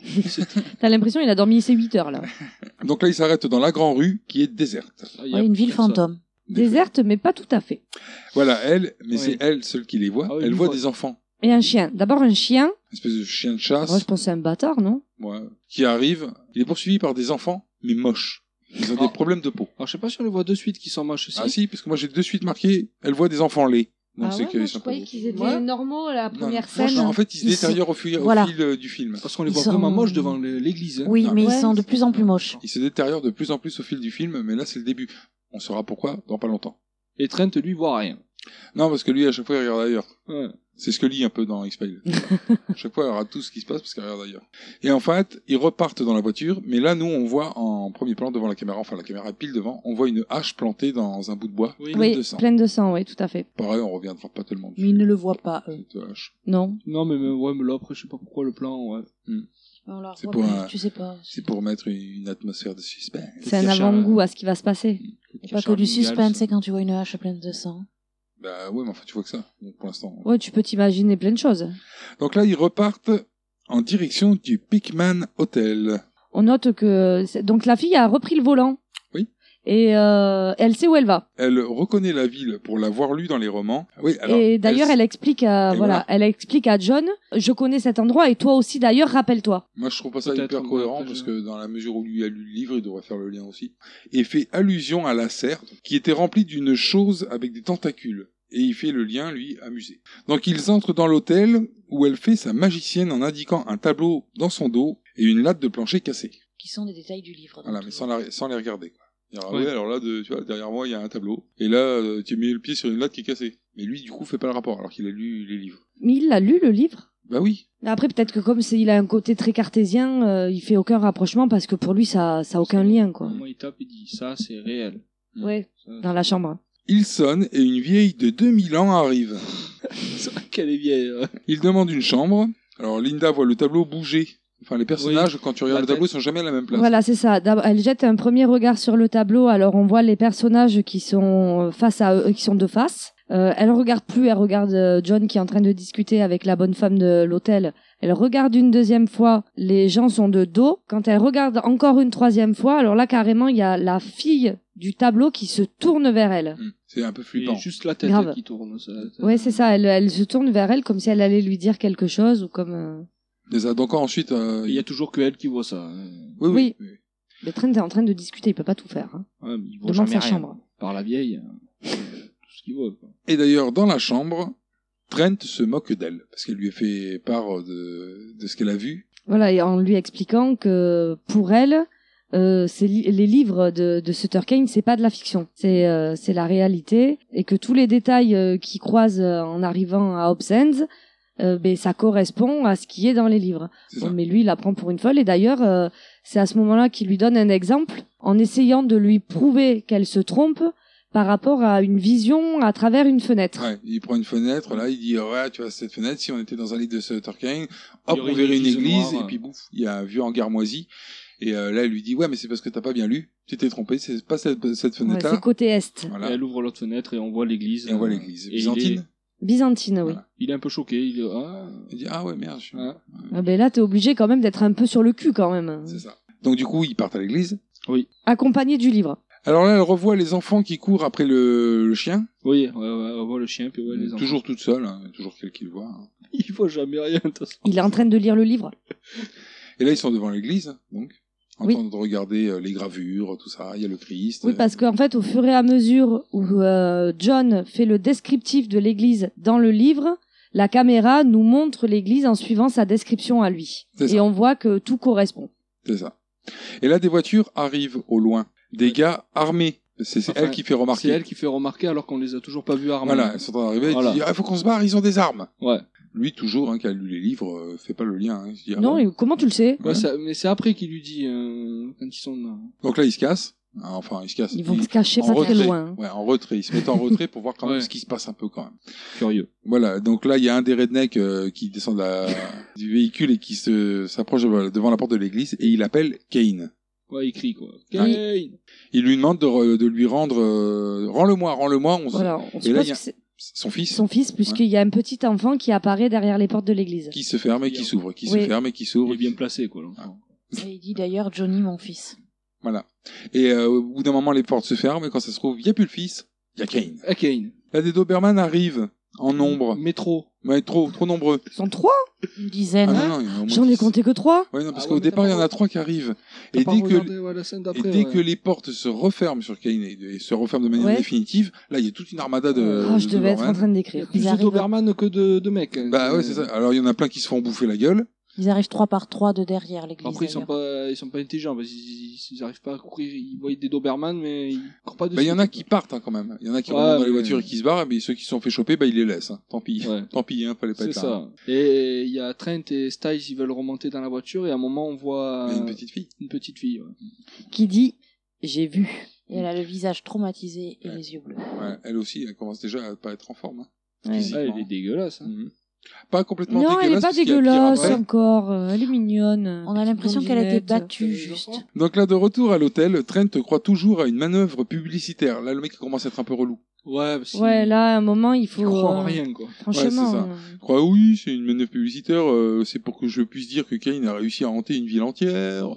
T'as l'impression qu'il a dormi ses 8 heures, là. Donc là, il s'arrête dans la grande rue qui est déserte. Ah, il y a Ouais, une ville personne. fantôme. Déserte, mais pas tout à fait. Voilà, elle, mais Ouais. c'est elle seule qui les voit. Ah oui, elle lui, voit ouais. des enfants, Et un chien. D'abord un chien. une espèce de chien de Moi, chasse, je pensais un bâtard, non ouais, qui arrive. Il est poursuivi par des enfants, mais moches. Ils ont Ah. des problèmes de peau. Alors je sais pas si on les voit de suite qui sont moches aussi. Ah si, parce que moi j'ai de suite marqué, elle voit des enfants laids. Ah Donc c'est qu'ils sont pas beaux. qu'ils étaient Ouais. normaux la Non, non, en fait, ils se Ils détériorent au, fil, au Voilà. fil, euh, du film. Parce qu'on les Ils voit sont- vraiment moches devant le- l'église. hein. Oui, non, mais mais- ils sont de plus en plus moches. Ils se détériorent de plus en plus au fil du film, mais là c'est le début. On saura pourquoi dans pas longtemps. Et Trent, lui, voit rien. Non, parce que lui, à chaque fois, il regarde ailleurs. Ouais. C'est ce que lit un peu dans X-Files. à chaque fois, il aura tout ce qui se passe parce qu'il regarde ailleurs. Et en fait, ils repartent dans la voiture, mais là, nous, on voit en premier plan devant la caméra, enfin la caméra est pile devant, on voit une hache plantée dans un bout de bois, Oui. pleine oui, de sang. pleine de sang, oui, tout à fait. Pareil, on reviendra pas tellement Mais dessus. ils ne le voient pas, eux. cette hache. Non. Non, mais, mais- ouais, mais là, après, je sais pas pourquoi le plan, ouais. On leur C'est voit pour pas, un- tu sais pas. C'est pour mettre une atmosphère de suspense. C'est un Cacher, avant-goût hein. à ce qui va se passer. C'est Pas que du suspense, c'est quand tu vois une hache pleine de sang. Bah ouais, mais enfin, tu vois que ça, donc, pour l'instant. Ouais, tu peux t'imaginer plein de choses. Donc là, ils repartent en direction du Pickman Hotel. On note que c'est- donc la fille a repris le volant. Oui. Et euh, elle sait où elle va. Elle reconnaît la ville pour l'avoir lu dans les romans. Oui, alors, et d'ailleurs, elle, elle- explique à Et voilà, voilà. elle explique à John, je connais cet endroit et toi aussi d'ailleurs, rappelle-toi. Moi, je trouve pas ça Peut-être, hyper on cohérent peut- parce que dans la mesure où lui a lu le livre, il devrait faire le lien aussi. Et fait allusion à la serre qui était remplie d'une chose avec des tentacules. Et il fait le lien, lui, amusé. Donc ils entrent dans l'hôtel où elle fait sa magicienne en indiquant un tableau dans son dos et une latte de plancher cassée. Qui sont des détails du livre. Voilà, mais sans, la- sans les regarder. Quoi. Il dira, Ouais. ouais, alors là, de- tu vois, derrière moi, il y a un tableau. Et là, euh, tu mets le pied sur une latte qui est cassée. Mais lui, du coup, fait pas le rapport alors qu'il a lu les livres. Mais il a lu le livre. Bah oui. Mais Après, peut-être que comme c'est- il a un côté très cartésien, euh, il fait aucun rapprochement parce que pour lui, ça, ça a aucun lien, quoi. Moi, il tape, il dit ça, c'est réel. Ouais, Ça, dans la chambre. Il sonne et une vieille de 2000 ans arrive. C'est vrai qu'elle est vieille. euh. ouais. Il demande une chambre. Alors Linda voit le tableau bouger. Enfin, les personnages, quand tu regardes La le tableau, tête. sont jamais à la même place. Voilà, c'est ça. D'ab- Elle jette un premier regard sur le tableau. Alors on voit les personnages qui sont euh, face à eux, qui sont de face. Euh, elle regarde plus. Elle regarde euh, John qui est en train de discuter avec la bonne femme de l'hôtel. Elle regarde une deuxième fois. Les gens sont de dos. Quand elle regarde encore une troisième fois, alors là carrément, il y a la fille du tableau qui se tourne vers elle. Hmm. C'est un peu Et flippant. juste la tête Grave. qui tourne. Ça, ça- Ouais, c'est ça. Elle, elle se tourne vers elle comme si elle allait lui dire quelque chose ou comme. euh, Mais ça, Donc ensuite, euh, Il y a toujours que elle qui voit ça. hein. oui, oui, oui. Mais Trent est en train de discuter. Il peut pas tout faire. hein. Ouais, mais il voit Demande jamais sa rien. chambre. Par la vieille. hein. Tout ce qu'il voit. quoi. Et d'ailleurs, dans la chambre, Trent se moque d'elle parce qu'elle lui a fait part de, de ce qu'elle a vu. Voilà, et en lui expliquant que pour elle, euh, c'est li- les livres de, de Sutter Kane, c'est pas de la fiction, c'est euh, c'est la réalité, et que tous les détails euh, qui croisent euh, en arrivant à Hobbs End, euh, ben, ça correspond à ce qui est dans les livres. C'est Bon, ça. mais lui, il la prend pour une folle, et d'ailleurs, euh, c'est à ce moment-là qu'il lui donne un exemple, en essayant de lui prouver qu'elle se trompe par rapport à une vision à travers une fenêtre. Ouais, il prend une fenêtre, là, il dit ouais, tu vois cette fenêtre. Si on était dans un lit de Sutter Kane, hop, Il y aurait on verrait une une église église noire, et puis euh. bouf, il y a un vieux hangar moisi. Et euh, là, elle lui dit ouais, mais c'est parce que t'as pas bien lu. Tu t'es trompé. C'est pas cette, cette Ouais, fenêtre-là. c'est côté est, Voilà. Et elle ouvre l'autre fenêtre et on voit l'église. Et on voit euh, l'église et Il est, byzantine. byzantine, oui. Voilà. il est un peu choqué. Il est, ah, Il dit ah ouais merde, je suis- ah. Ah, Ben là, t'es obligé quand même d'être un peu sur le cul quand même. C'est ça. Donc du coup, ils partent à l'église. accompagné du livre. Alors là, elle revoit les enfants qui courent après le, le chien. Oui, ouais, ouais, on voit le chien, puis ouais, les enfants. toujours toute seule, hein, toujours quelqu'un qui le voit. hein. Il voit jamais rien, de toute façon. Il est en train de lire le livre. Et là, ils sont devant l'église, donc, en Oui. train de regarder euh, les gravures, tout ça. Il y a le Christ. Oui, parce qu'en fait, au fur et à mesure où euh, John fait le descriptif de l'église dans le livre, la caméra nous montre l'église en suivant sa description à lui. C'est Et ça. on voit que tout correspond. C'est ça. Et là, des voitures arrivent au loin. Des gars armés. C'est c'est Enfin, elle qui fait C'est remarquer. elle qui fait remarquer alors qu'on les a toujours pas vus armés. Voilà, elles sont arrivées. Voilà. Il dit, ah, faut qu'on se barre, ils ont des armes. Ouais. Lui, toujours, hein, qui a lu les livres, euh, fait pas le lien. hein. Il se dit, ah non, bon et comment tu le sais Ouais, ça- mais c'est après qu'il lui dit, euh, quand ils sont dans- Donc là, ils se cassent. Ah, Enfin, ils se cassent. Ils vont Ils- se cacher en pas très retrait. loin. hein. Ouais, en retrait. Ils se mettent en retrait pour voir quand même Ouais. ce qui se passe un peu quand même. furieux. Voilà. Donc là, il y a un des rednecks euh, qui descend de la- du véhicule et qui se s'approche de- devant la porte de l'église et il appelle Kane. Ouais, il crie, quoi. Ouais. Kane Il lui demande de, re- de lui rendre, euh, rends-le-moi, rends-le-moi. On se- Voilà, on Et là, suppose il y a- que c'est Son fils son fils, puisqu'il y a un petit enfant qui apparaît derrière les portes de l'église. qui se ferme et qui s'ouvre, qui se Oui. ferme et qui Il s'ouvre. est bien placé, quoi, l'enfant. Et il dit d'ailleurs Johnny, mon fils. Voilà. Et euh, au bout d'un moment, les portes se ferment et quand ça se trouve, il n'y a plus le fils, il y a Eh, Kane. Ah, Kane. Là, des Doberman arrivent en nombre. Métro. Ouais, trop, trop nombreux. Ils sont trois Une Ah dizaine. non, non, il y en a au moins J'en ai dix. compté que trois Ouais, non, parce Ah ouais, qu'au mais départ, il y en a t'as trois qui arrivent. T'as Et pas dès, que, regardé, ouais, la scène et d'après. dès ouais. que les portes se referment sur Kane et, et se referment de manière Ouais. définitive, là, il y a toute une armada de. Oh, Je de devais être Doberman. en train Il y a d'écrire. plus de arrivent. Doberman que de, hein. de mecs. Bah ouais, c'est ça. Alors, il y en a plein qui se font bouffer la gueule. Ils arrivent trois par trois de derrière l'église. Après, ils sont d'ailleurs. pas, ils sont pas intelligents, parce qu'ils ils- ils arrivent pas à courir, ils voient des Doberman, mais ils courent pas Bah, dessus. Il y en a qui partent hein, quand même. Il y en a qui Ouais, rentrent dans les mais- voitures et qui se barrent, mais ceux qui se sont fait choper, bah, ils les laissent. hein. Tant pis. Ouais. Tant pis, hein, fallait pas C'est être là. hein. ça. Et il y a Trent et Styles, ils veulent remonter dans la voiture, et à un moment, on voit Mais euh, une petite fille. une petite fille. ouais. Qui dit J'ai vu. Ah, Et elle a le visage traumatisé et Ouais. les yeux bleus. Ouais, elle aussi, elle commence déjà à pas être en forme. hein. Ouais. Physiquement. Ah, elle est dégueulasse. hein. Mhm. Pas complètement Non, dégueulasse. elle est pas parce qu'il y a pire dégueulasse après. encore. euh, Elle est mignonne. On a l'impression qu'elle a été blondinette. battue juste. Donc là, de retour à l'hôtel, Trent croit toujours à une manœuvre publicitaire. Là, le mec il commence à être un peu relou. Ouais, parce Ouais, qu'ils- là, à un moment, il faut. ils croient en euh, rien, quoi. Franchement. Ouais, euh, Il croit Ah oui, c'est une manœuvre publicitaire, euh, c'est pour que je puisse dire que Kane a réussi à hanter une ville entière.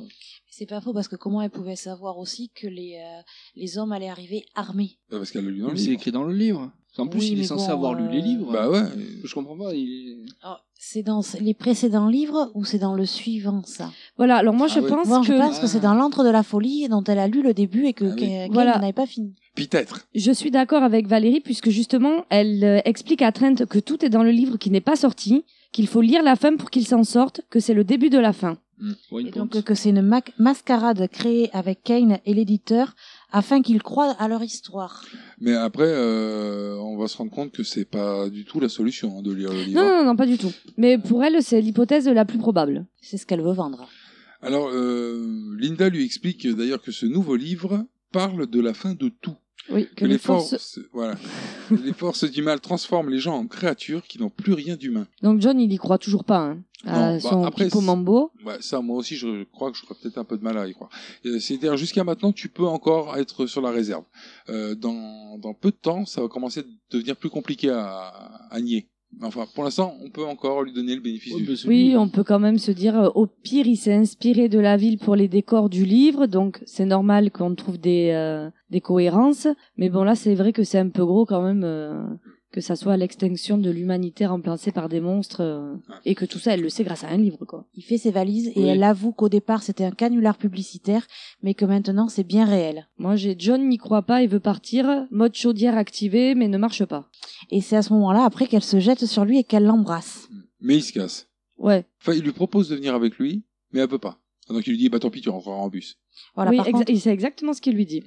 C'est pas faux parce que comment elle pouvait savoir aussi que les, euh, les hommes allaient arriver armés Bah, parce qu'elle a lu dans Mais le c'est livre. écrit dans le livre. En plus, Oui, il est mais censé bon, avoir lu euh, les livres. Bah ouais. Je comprends pas. Il... est- Alors, C'est dans les précédents livres ou c'est dans le suivant ça Voilà, alors moi, Ah je oui. pense Moi que. je pense que c'est dans l'antre de la folie dont elle a lu le début et que Euh. Ah oui. Kay- Kay Voilà. n'en avait pas fini. Peut-être. Je suis d'accord avec Valérie, puisque justement, elle euh, explique à Trent que tout est dans le livre qui n'est pas sorti, qu'il faut lire la fin pour qu'il s'en sorte, que c'est le début de la fin. Ouais, une Et donc pointe. que c'est une ma- mascarade créée avec Kane et l'éditeur afin qu'ils croient à leur histoire. Mais après, euh, on va se rendre compte que c'est pas du tout la solution hein, de lire le livre. Non, non, non, pas du tout. Mais pour elle, c'est l'hypothèse la plus probable. C'est ce qu'elle veut vendre. Alors, euh, Linda lui explique d'ailleurs que ce nouveau livre parle de la fin de tout. Oui, que, que les forces, voilà, Que les forces du mal transforment les gens en créatures qui n'ont plus rien d'humain. Donc John, il y croit toujours pas, hein, à Non, bah, son après, pipo c'est- mambo. Ouais, Bah, ça, moi aussi, je crois que je ferais peut-être un peu de mal à y croire. Euh, C'est-à-dire, jusqu'à maintenant, tu peux encore être sur la réserve. Euh, dans, dans peu de temps, ça va commencer à devenir plus compliqué à, à nier. Enfin, pour l'instant, on peut encore lui donner le bénéfice Ouais, du... parce que lui, Oui, on peut quand même se dire, euh, au pire, il s'est inspiré de la ville pour les décors du livre, donc c'est normal qu'on trouve des, euh, des cohérences. Mais bon, là, c'est vrai que c'est un peu gros quand même euh, que ça soit l'extinction de l'humanité remplacée par des monstres, euh, et que tout ça, elle le sait grâce à un livre, quoi. Il fait ses valises et Oui. elle avoue qu'au départ c'était un canular publicitaire, mais que maintenant c'est bien réel. Moi, j'ai John n'y croit pas et veut partir, mode chaudière activé, mais ne marche pas. Et c'est à ce moment-là après qu'elle se jette sur lui et qu'elle l'embrasse. Mais il se casse. Ouais. Enfin, il lui propose de venir avec lui, mais elle peut pas. Donc il lui dit, bah tant pis, tu rentreras en bus. Voilà. oui, par exa- contre, et c'est exactement ce qu'il lui dit.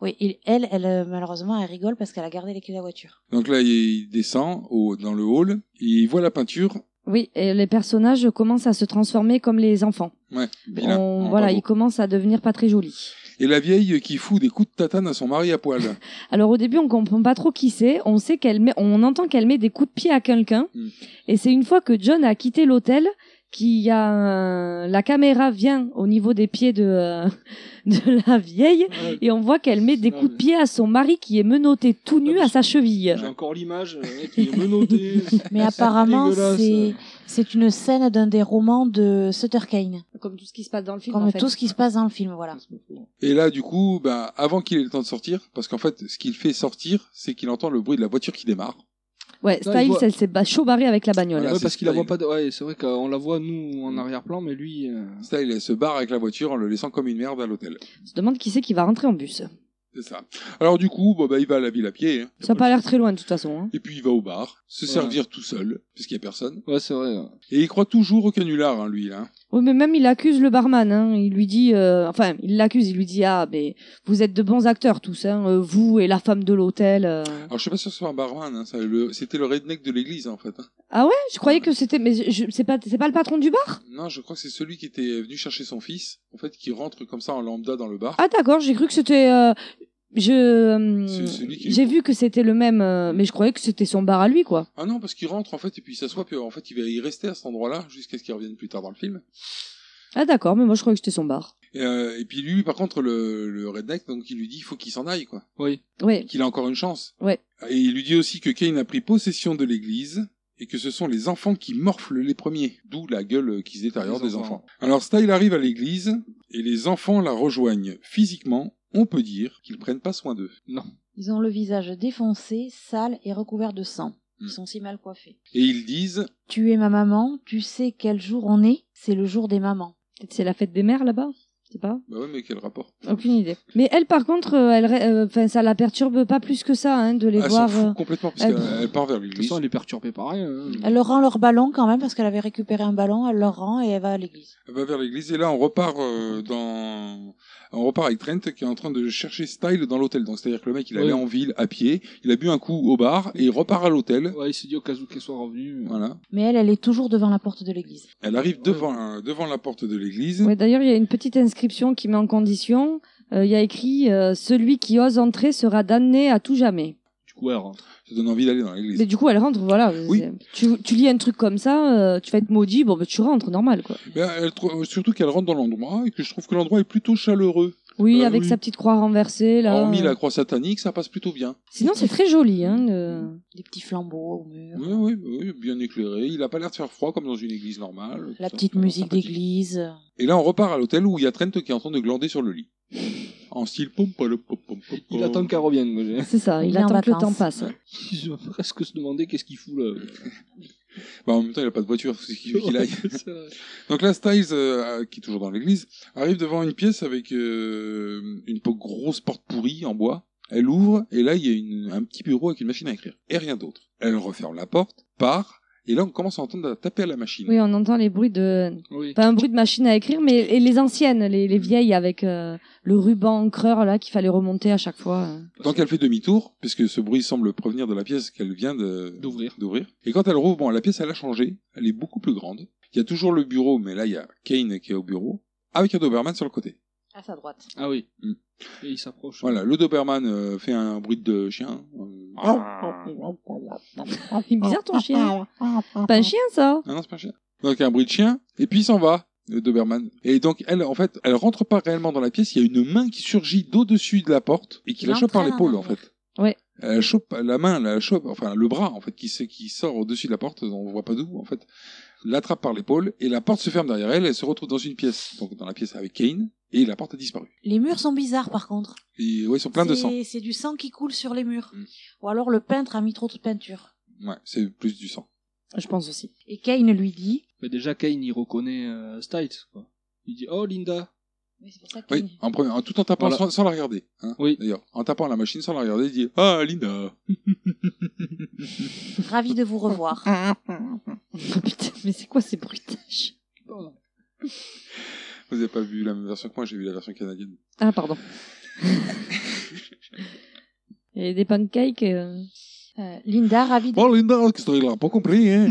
oui, il- elle, elle euh, malheureusement, elle rigole parce qu'elle a gardé les clés de la voiture. Donc là, il descend au, dans le hall, et il voit la peinture. Oui, et les personnages commencent à se transformer comme les enfants. Ouais, vilain. On- Non, voilà, pas beau. il commence à devenir pas très joli. Et la vieille qui fout des coups de tatane à son mari à poil. Alors au début, on comprend pas trop qui c'est. On sait qu'elle met, on entend qu'elle met des coups de pied à quelqu'un. Mm. Et c'est une fois que John a quitté l'hôtel qu'il y a un- la caméra vient au niveau des pieds de, euh, de la vieille et on voit qu'elle met des coups de pied à son mari qui est menotté tout nu à sa cheville. J'ai encore l'image, le mec, il est menotté. Mais Ah, apparemment, dégueulasse. c'est c'est une scène d'un des romans de Sutter Kane. Comme tout ce qui se passe dans le film. Comme en fait. tout ce qui se passe dans le film, voilà. Et là, du coup, ben, avant qu'il ait le temps de sortir, parce qu'en fait, ce qu'il fait sortir, c'est qu'il entend le bruit de la voiture qui démarre. Ouais, Là, il Styles, voit- elle s'est ba- chaud barrée avec la bagnole. Voilà, Ouais, c'est parce qu'il la voit Style. pas. de- Ouais, c'est vrai qu'on la voit nous Hmm. en arrière-plan, mais lui. euh, Style, elle se barre avec la voiture en le laissant comme une merde à l'hôtel. On se demande qui c'est qui va rentrer en bus. C'est ça. Alors, du coup, bon, ben, il va à la ville à pied. hein. Ça n'a pas l'air très loin de toute façon. hein. Et puis, il va au bar, se Ouais. servir tout seul, puisqu'il y a personne. Ouais, c'est vrai. euh, Et il croit toujours au canular, hein, lui, là. Oui, mais même il accuse le barman. hein. Il lui dit, euh, enfin, il l'accuse. Il lui dit, ah, mais vous êtes de bons acteurs tous, hein, euh, vous et la femme de l'hôtel. euh. Alors, je sais pas si c'est un barman, hein, ça, le- c'était le redneck de l'église, en fait. hein. Ah ouais, je croyais que c'était, mais je- je- c'est pas, c'est pas le patron du bar. Non, je crois que c'est celui qui était venu chercher son fils, en fait, qui rentre comme ça en lambda dans le bar. Ah d'accord, j'ai cru que c'était. euh, je, euh, C'est celui qui- j'ai vu que c'était le même, euh, mais je croyais que c'était son bar à lui, quoi. Ah non, parce qu'il rentre en fait, et puis il s'assoit, puis en fait il va y rester à cet endroit-là jusqu'à ce qu'il revienne plus tard dans le film. Ah d'accord, mais moi je croyais que c'était son bar. Et, euh, et puis lui, par contre, le, le redneck, donc il lui dit il faut qu'il s'en aille, quoi. Oui. Ouais, Qu'il a encore une chance. Ouais. Et il lui dit aussi que Kane a pris possession de l'église et que ce sont les enfants qui morflent les premiers, d'où la gueule qui se détériore Les des enfants. enfants. Alors Style arrive à l'église et les enfants la rejoignent physiquement. On peut dire qu'ils prennent pas soin d'eux. Ils ont le visage défoncé, sale et recouvert de sang. Ils sont si mal coiffés. Et ils disent Tu es ma maman, tu sais quel jour on est, c'est le jour des mamans. Peut-être c'est la fête des mères là-bas, je sais pas. bah ouais mais quel rapport Aucune idée. Mais elle, par contre, euh, elle, re- euh, 'fin, ça la perturbe pas plus que ça hein, de les Ah, Elle s'en voir. fout euh. complètement parce qu'elle elle- elle part vers De toute l'église. façon, elle est perturbée par rien. hein. Elle leur rend leur ballon quand même parce qu'elle avait récupéré un ballon, elle leur rend et elle va à l'église. Elle va vers l'église et là on repart euh, dans on repart avec Trent qui est en train de chercher Style dans l'hôtel. Donc c'est-à-dire que le mec il allait Ouais. en ville à pied, il a bu un coup au bar et il repart à l'hôtel. Ouais, il se dit au cas où qu'elle soit revenue. euh, Voilà. Mais elle, elle est toujours devant la porte de l'église. Elle arrive devant euh, devant la porte de l'église. Ouais, D'ailleurs, il y a une petite inscription qui met en condition. euh, Il y a écrit euh, Celui qui ose entrer sera damné à tout jamais. Du coup, elle rentre. Ça donne envie d'aller dans Mais l'église. du coup, elle rentre, voilà. Oui. C'est- Tu, tu lis un truc comme ça, euh, tu vas être maudit, bon, bah, tu rentres, normal, quoi. Mais elle trou- surtout qu'elle rentre dans l'endroit et que je trouve que l'endroit est plutôt chaleureux. Oui, Euh, avec oui. sa petite croix renversée, là. Hormis la croix satanique, ça passe plutôt bien. Sinon, c'est très joli, hein. le- Des petits flambeaux au mur. Oui, oui, oui, bien éclairé. Il a pas l'air de faire froid comme dans une église normale. La Ça, petite ça, musique sympathique. d'église. Et là on repart à l'hôtel où il y a Trent qui est en train de glander sur le lit. En style pom pom pom pom pom. Il attend qu'elle revienne. moi, j'ai- C'est ça, il, Il est en attend que le vacances. temps passe. Je vais presque se demander qu'est-ce qu'il fout là. Bah, en même temps, il a pas de voiture, c'est qu'il qu'il aille. C'est vrai. Donc là, Styles, euh, qui est toujours dans l'église, arrive devant une pièce avec euh, une po- grosse porte pourrie en bois. Elle ouvre, et là, il y a une- un petit bureau avec une machine à écrire. Et rien d'autre. Elle referme la porte, part, et là, on commence à entendre taper à la machine. Oui, on entend les bruits de. Oui. Enfin, un bruit de machine à écrire, mais et les anciennes, les, les vieilles avec euh, le ruban en creur, là, qu'il fallait remonter à chaque fois. euh. Donc elle fait demi-tour, puisque ce bruit semble provenir de la pièce qu'elle vient de- D'ouvrir. d'ouvrir. Et quand elle rouvre, bon, la pièce, elle a changé. Elle est beaucoup plus grande. Il y a toujours le bureau, mais là, il y a Kane qui est au bureau, avec un Doberman sur le côté. À sa droite. Ah oui. Mm. Et il s'approche. Voilà, le Doberman euh, fait un bruit de chien. euh, Il est bizarre Oh. ton chien. Pas un chien, ça. Ah non, c'est pas un chien. Donc un bruit de chien, et puis il s'en va, le Doberman. Et donc elle, en fait, elle rentre pas réellement dans la pièce, il y a une main qui surgit d'au-dessus de la porte et qui Il la chope par entraîne l'épaule, en en fait. Ouais. Elle la chope, la main, la chope, enfin le bras, en fait, qui, se- qui sort au-dessus de la porte, on voit pas d'où, en fait, l'attrape par l'épaule, et la porte se ferme derrière elle, elle se retrouve dans une pièce, donc dans la pièce avec Kane, et la porte a disparu. Les murs sont bizarres par contre. Et ouais, ils sont pleins de C'est- sang. C'est du sang qui coule sur les murs. Mm. Ou alors le peintre a mis trop de peinture. Ouais, c'est plus du sang. Je pense aussi. Et Kane lui dit. Mais déjà, Kane, il reconnaît euh, Stites, quoi. Il dit Oh, Linda. Mais c'est pour ça que- Oui, en premier, en- tout en tapant Voilà. sans, sans la regarder. Hein, Oui. D'ailleurs, en tapant la machine sans la regarder, il dit Ah, Linda Ravi de vous revoir. Oh, putain, mais c'est quoi ces bruitages Vous avez pas vu la même version que moi, j'ai vu la version canadienne. Ah, pardon. Et des pancakes. euh. Euh, Linda, ravi de... Bon, Linda, qu'est-ce que t'as pas compris, hein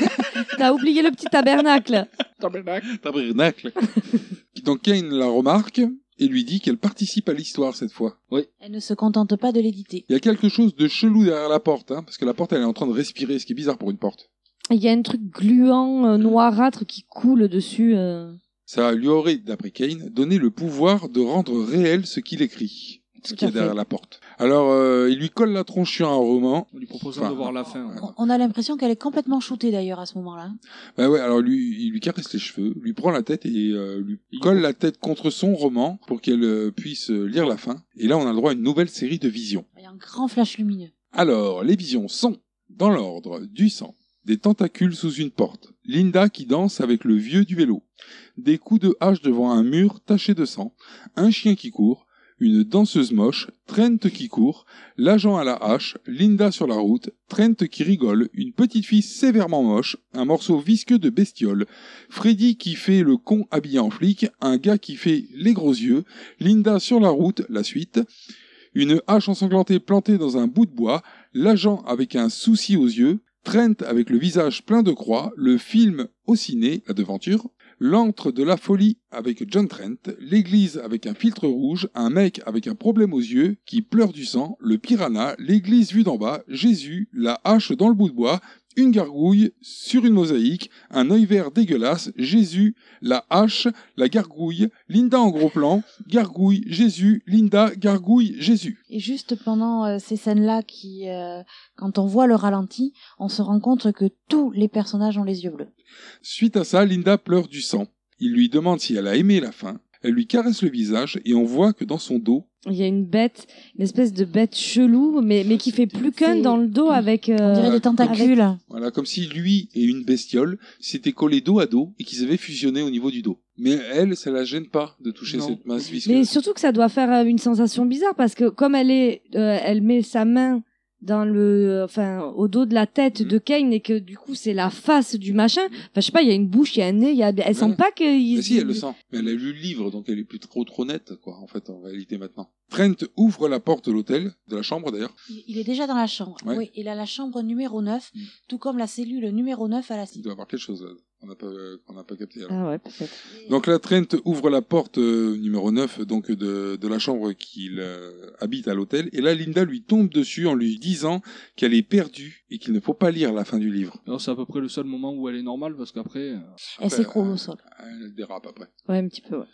T'as oublié le petit tabernacle. Tabernacle Donc Kane la remarque et lui dit qu'elle participe à l'histoire cette fois. Elle ne se contente pas de l'éditer. Il y a quelque chose de chelou derrière la porte, hein, parce que la porte, elle est en train de respirer, ce qui est bizarre pour une porte. Il y a un truc gluant, euh, noirâtre qui coule dessus. euh. Ça lui aurait, d'après Kane, donné le pouvoir de rendre réel ce qu'il écrit, ce qui à est fait. derrière la porte. Alors, euh, il lui colle la tronche sur un roman. On lui proposant Enfin, de voir la fin. On- On a l'impression qu'elle est complètement shootée d'ailleurs à ce moment-là. Bah ouais, alors lui, il lui caresse les cheveux, lui prend la tête et euh, lui colle la tête contre son roman pour qu'elle euh, puisse euh, lire la fin. Et là, on a le droit à une nouvelle série de visions. Il y a un grand flash lumineux. Alors, les visions sont, dans l'ordre, du sang, des tentacules sous une porte, Linda qui danse avec le vieux du vélo, des coups de hache devant un mur taché de sang, un chien qui court, une danseuse moche, Trent qui court, l'agent à la hache, Linda sur la route, Trent qui rigole, une petite fille sévèrement moche, un morceau visqueux de bestiole, Freddy qui fait le con habillé en flic, un gars qui fait les gros yeux, Linda sur la route, la suite, une hache ensanglantée plantée dans un bout de bois, l'agent avec un souci aux yeux, Trent avec le visage plein de croix, le film au ciné, la devanture, l'antre de la folie avec John Trent, l'église avec un filtre rouge, un mec avec un problème aux yeux qui pleure du sang, le piranha, l'église vue d'en bas, Jésus, la hache dans le bout de bois, une gargouille sur une mosaïque, un œil vert dégueulasse, Jésus, la hache, la gargouille, Linda en gros plan, gargouille, Jésus, Linda, gargouille, Jésus. Et juste pendant euh, ces scènes-là, qui, euh, quand on voit le ralenti, on se rend compte que tous les personnages ont les yeux bleus. Suite à ça, Linda pleure du sang. Il lui demande si elle a aimé la fin. Elle lui caresse le visage et on voit que dans son dos, Il y a une bête, une espèce de bête chelou, mais, mais qui fait plus qu'un dans le dos avec. euh, On dirait des avec- tentacules. voilà, comme si lui et une bestiole s'étaient collés dos à dos et qu'ils avaient fusionné au niveau du dos. Mais elle, ça la gêne pas de toucher Non. cette masse visqueuse. Mais surtout que ça doit faire euh, une sensation bizarre parce que comme elle est, euh, elle met sa main dans le, euh, enfin, au dos de la tête Mm-hmm. de Kane et que du coup c'est la face du machin. Enfin, je sais pas, il y a une bouche, il y a un nez, il y a, elle sent Ouais. pas qu'il. Mais si, elle le sent. Mais elle a lu le livre, donc elle est plus trop trop nette, quoi, en fait, en réalité, maintenant. Trent ouvre la porte de l'hôtel, de la chambre d'ailleurs. Il il est déjà dans la chambre. Ouais. Oui, il a la chambre numéro 9, tout comme la cellule numéro 9 à la Il cité. doit avoir quelque chose là, qu'on n'a pas, euh, qu'on n'a pas capté. alors. Ah ouais, peut-être. Donc là, Trent ouvre la porte euh, numéro 9 donc de, de la chambre qu'il euh, habite à l'hôtel. Et là, Linda lui tombe dessus en lui disant qu'elle est perdue et qu'il ne faut pas lire la fin du livre. Alors, c'est à peu près le seul moment où elle est normale parce qu'après, euh, Elle Après, s'écroule euh, au sol. Elle dérape après. Ouais, un petit peu. Ouais.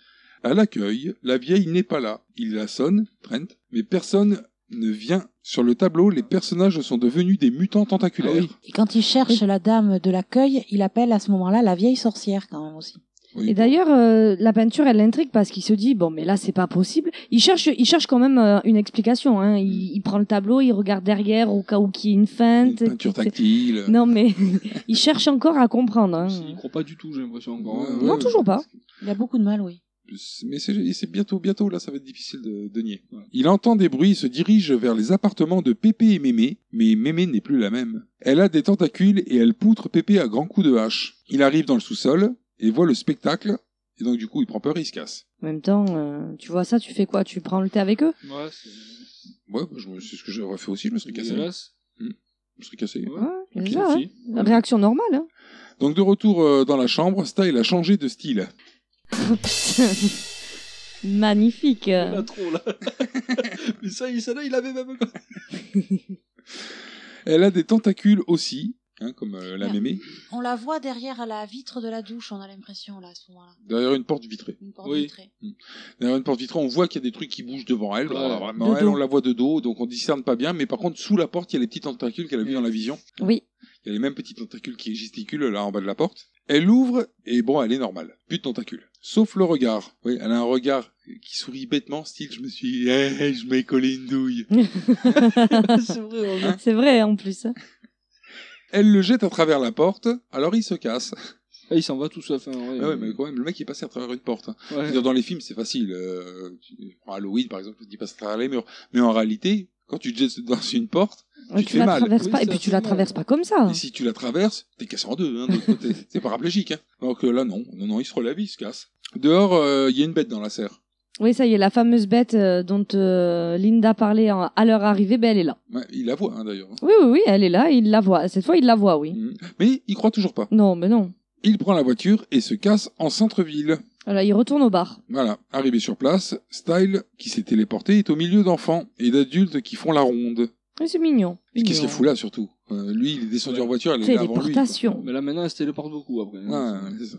À l'accueil, la vieille n'est pas là. Il la sonne, Trent, mais personne ne vient. Sur le tableau, les personnages sont devenus des mutants tentaculaires. Ah oui. Et quand il cherche la dame de l'accueil, il appelle à ce moment-là la vieille sorcière quand même aussi. Oui. Et d'ailleurs, euh, la peinture, elle l'intrigue parce qu'il se dit bon, mais là c'est pas possible. Il cherche, il cherche quand même euh, une explication. Hein. Il, il prend le tableau, il regarde derrière au cas où qu'il y ait une Mm. Une feinte. peinture tactile. Non mais il cherche encore à comprendre. Hein. il croit pas du tout, j'ai l'impression encore. Hmm. Ouais, hein. Non, ouais. toujours pas. Il a beaucoup de mal, oui. Mais c'est c'est bientôt, bientôt, là, ça va être difficile de, de nier. Il entend des bruits, se dirige vers les appartements de Pépé et Mémé, mais Mémé n'est plus la même. Elle a des tentacules et elle poutre Pépé à grands coups de hache. Il arrive dans le sous-sol et voit le spectacle, et donc du coup, il prend peur et il se casse. En même temps, euh, tu vois ça, tu fais quoi Tu prends le thé avec eux Ouais, c'est Ouais, bah, je me- c'est ce que j'aurais fait aussi, je me serais cassé. dégueulasse. Je me serais cassé. Ouais. Ouais, c'est Ok, ça, hein. si. Réaction normale. Hein. Donc de retour euh, dans la chambre, Style a changé de style. Magnifique. euh. Il a trop là. Mais ça, il- celle-là, il avait même. pas. Elle a des tentacules aussi, hein, comme euh, la Merde. Mémé, On la voit derrière la vitre de la douche, on a l'impression là à ce moment-là. derrière une porte vitrée. Une porte Oui. vitrée. Derrière une porte vitrée, on voit qu'il y a des trucs qui bougent devant elle. Ouais. Alors, vraiment, De elle, dos. on la voit de dos, donc on discerne pas bien. Mais par contre, sous la porte, il y a les petits tentacules qu'elle a vus dans la vision. Oui. Il y a les mêmes petits tentacules qui gesticulent là en bas de la porte. Elle ouvre et bon, elle est normale. Plus de tentacules. Sauf le regard. Oui, elle a un regard qui sourit bêtement, style je me suis, Eh, je m'ai collé une douille. c'est vrai, hein. on- C'est vrai en plus. hein. Elle le jette à travers la porte, alors il se casse. Ah, il s'en va tout seul. Enfin, ouais, Ah ouais, mais quand même, le mec il est passé à travers une porte. Je veux Ouais. dire, dans les films, c'est facile. euh, tu- en Halloween, par exemple, tu passes à travers les murs. Mais en réalité, quand tu te jettes dans une porte, Tu, te fais la mal. traverses Oui, pas et ça puis tu fait la mal. traverses pas comme ça. hein. Et si tu la traverses, t'es cassé en deux, hein, de l'autre côté. T'es paraplégique, hein. Donc euh, là, non. Non, non, il se relève, il se casse. Dehors, euh, il y a une bête dans la serre. Oui, ça y est, la fameuse bête euh, dont euh, Linda parlait en- à leur arrivée, ben elle est là. Ouais, il la voit, hein, d'ailleurs. Oui, oui, oui, elle est là, il la voit. Cette fois, il la voit, oui. Mhm. Mais il croit toujours pas. Non, mais non. Il prend la voiture et se casse en centre-ville. Voilà, il retourne au bar. Voilà. Arrivé sur place, Style, qui s'est téléporté, est au milieu d'enfants et d'adultes qui font la ronde. Oui, c'est mignon. Et qu'est-ce Mignon. qu'il fout là, surtout Euh, lui, il est descendu en voiture, elle est là avant lui. quoi. Téléportation. Mais là maintenant, elle se téléporte beaucoup après. hein. Ouais, c'est ça.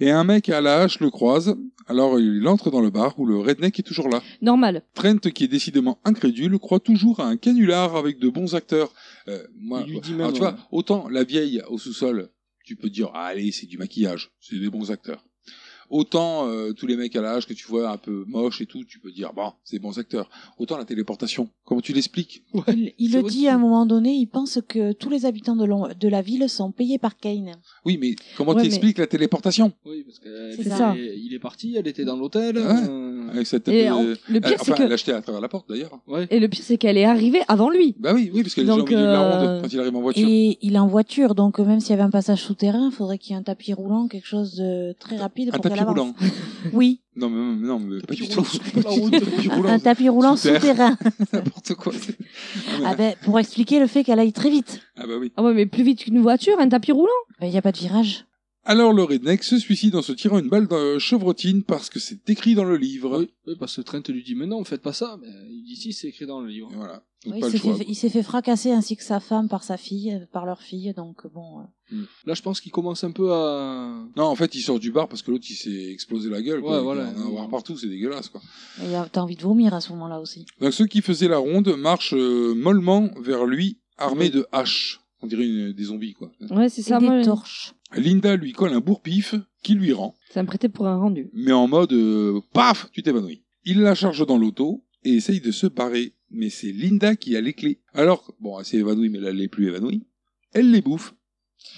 Et un mec à la hache le croise, alors il entre dans le bar où le redneck est toujours là. Normal. Trent, qui est décidément incrédule, croit toujours à un canular avec de bons acteurs. Euh, moi, Il lui dit alors, même, tu ouais. vois, autant la vieille au sous-sol, tu peux te dire, Ah, allez, c'est du maquillage, c'est des bons acteurs. Autant euh, tous les mecs à l'âge que tu vois un peu moche et tout, tu peux dire, bon, c'est des bons acteurs. Autant la téléportation, comment tu l'expliques Il, il C'est le vrai dit à un moment donné, il pense que tous les habitants de, l'en- de la ville sont payés par Kane. Oui, mais comment Ouais, tu expliques la téléportation Oui, parce que C'est elle- ça. elle- il est parti, elle était dans l'hôtel. Ouais. euh, Avec cette Et euh, en- le elle- pire, c'est Enfin, que. l'acheter à travers la porte d'ailleurs. ouais. Et le pire, c'est qu'elle est arrivée avant lui. Bah oui, oui, parce qu'elle est déjà au Donc, milieu de la euh, ronde quand il arrive en voiture. Et il est en voiture, donc euh, même s'il y avait un passage souterrain, il faudrait qu'il y ait un tapis roulant, quelque chose de très rapide Un pour qu'elle tapis avance. roulant. Oui, Non, mais, mais non, mais pas Tapis du tout. roulant sur la route. Un tapis un, roulant, un tapis roulant Souterrain. souterrain. n'importe quoi. Ah ben, pour expliquer le fait qu'elle aille très vite. Ah bah oui. Ah ouais, mais plus vite qu'une voiture, un tapis roulant. Ben, Il n'y a pas de virage. Alors le redneck se suicide en se tirant une balle de chevrotine parce que c'est écrit dans le livre. Oui, oui, parce que Trent lui dit Mais non, faites pas ça. Mais il dit Si, c'est écrit dans le livre. Et voilà. Donc pas Oui, il le s'est choix. fait, il s'est fait fracasser ainsi que sa femme par sa fille, euh, par leur fille, donc bon. euh, Là, je pense qu'il commence un peu à. Non, en fait, il sort du bar parce que l'autre il s'est explosé la gueule. quoi. Ouais, voilà. Il en a un voir partout, c'est dégueulasse quoi. Et euh, t'as envie de vomir à ce moment-là aussi. Donc ceux qui faisaient la ronde marchent euh, mollement vers lui, armés de haches. On dirait une- des zombies quoi. Ouais, c'est Et ça. des moi, torches. Linda lui colle un bourre-pif qui lui rend. Ça me prêtait pour un rendu. mais en mode euh, paf, tu t'évanouis. Il la charge dans l'auto et essaye de se barrer, mais c'est Linda qui a les clés. Alors, bon, elle s'est évanouie, mais là, elle n'est plus évanouie. Elle les bouffe.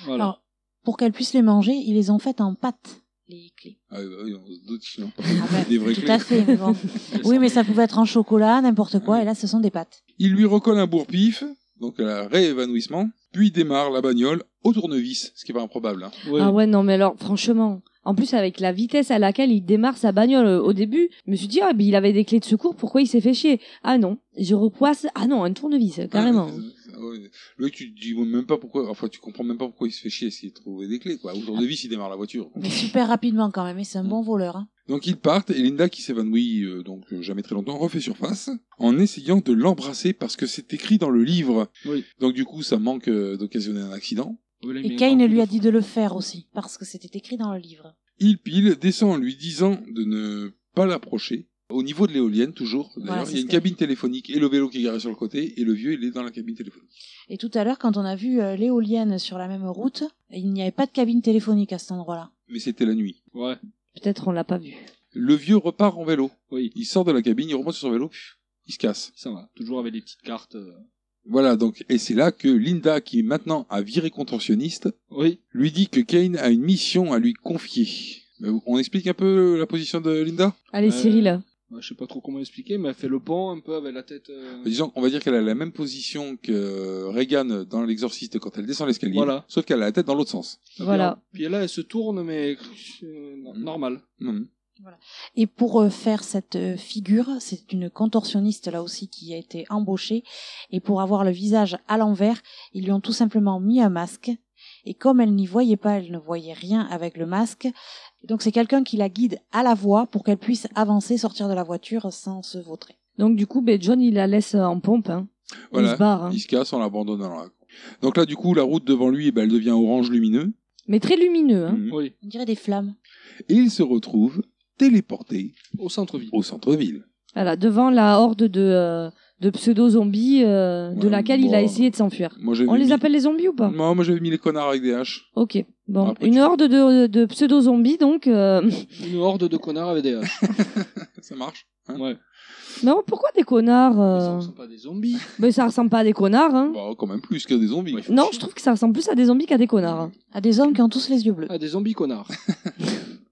Voilà. Ah, Alors, pour qu'elle puisse les manger, ils les ont faites en pâte, les clés. Ah, bah oui, on se doute qu'ils n'ont pas Ah ben, des vraies tout clés. à fait, mais bon. oui, mais ça pouvait être en chocolat, n'importe quoi, et là, ce sont des pâtes. Il lui recolle un bourre-pif, donc elle a réévanouissement, puis démarre la bagnole au tournevis, ce qui est pas improbable. hein. Ouais. Ah ouais, non, mais alors, franchement. En plus, avec la vitesse à laquelle il démarre sa bagnole euh, au début, je me suis dit, ah, ben, il avait des clés de secours, pourquoi il s'est fait chier Ah non, je repoisse. Ah non, un tournevis, carrément. Ah, mais, euh, ouais. Le mec, tu te dis même pas pourquoi, enfin, tu comprends même pas pourquoi il se fait chier s'il trouvait des clés, quoi. Au tournevis, il démarre la voiture. Mais super rapidement quand même, et c'est un bon voleur. hein. Donc ils partent et Linda qui s'évanouit euh, donc euh, jamais très longtemps refait surface en essayant de l'embrasser parce que c'est écrit dans le livre. Oui. Donc du coup ça manque euh, d'occasionner un accident. Ouais, là, il met Et un Kane grand coup lui a de- dit de le faire aussi, parce que c'était écrit dans le livre. Il pile descend en lui disant de ne pas l'approcher. Au niveau de l'éolienne toujours d'ailleurs, Ouais, c'est il y a ce une que- cabine téléphonique et le vélo qui est garé sur le côté et le vieux il est dans la cabine téléphonique. Et tout à l'heure, quand on a vu euh, l'éolienne sur la même route, il n'y avait pas de cabine téléphonique à cet endroit-là. Mais c'était la nuit. Ouais. Peut-être on l'a pas vu. Le vieux repart en vélo. Oui. Il sort de la cabine, il remonte sur son vélo, pff, il se casse. Ça va. Toujours avec des petites cartes. euh. Voilà donc et c'est là que Linda qui est maintenant à virer contentionniste Oui. lui dit que Kane a une mission à lui confier. Euh, On explique un peu la position de Linda Allez, Euh, Cyril. Ouais, je sais pas trop comment expliquer, mais elle fait le pont un peu avec la tête. euh, Disons, on va dire qu'elle a la même position que Reagan dans L'Exorciste quand elle descend l'escalier, Voilà. sauf qu'elle a la tête dans l'autre sens. Voilà. Puis là, elle se tourne, mais. euh, Normal. Mhm. Et pour euh, faire cette euh, figure, c'est une contorsionniste là aussi qui a été embauchée. Et pour avoir le visage à l'envers, ils lui ont tout simplement mis un masque. Et comme elle n'y voyait pas, elle ne voyait rien avec le masque. Donc c'est quelqu'un qui la guide à la voie pour qu'elle puisse avancer, sortir de la voiture sans se vautrer. Donc, du coup, ben, John, il la laisse euh, en pompe. Hein. Il Voilà. se barre. hein. Il se casse en l'abandonnant là. Donc là, du coup, la route devant lui, eh ben, elle devient orange lumineux. Mais très lumineux. Hein. Mhm. Oui. On dirait des flammes. Et il se retrouve téléporté Au centre-ville. au centre-ville. Voilà, devant la horde de, euh, de pseudo-zombies euh, de Ouais, laquelle il a bon. essayé de s'enfuir. Moi, j'avais On les mis- appelle les zombies ou pas Non, moi j'avais mis les connards avec des haches. Ok, bon. Après, Une tu- horde de, de pseudo-zombies, donc... euh, Une horde de connards avec des euh, haches. Ça marche. hein Ouais. Non, pourquoi des connards euh, Ils sont pas des zombies. Mais ça ressemble pas à des connards, hein Bah, quand même plus que des zombies. Ouais. Non, je trouve que ça ressemble plus à des zombies qu'à des connards. hein. À des hommes qui ont tous les yeux bleus. Ah, des zombies connards.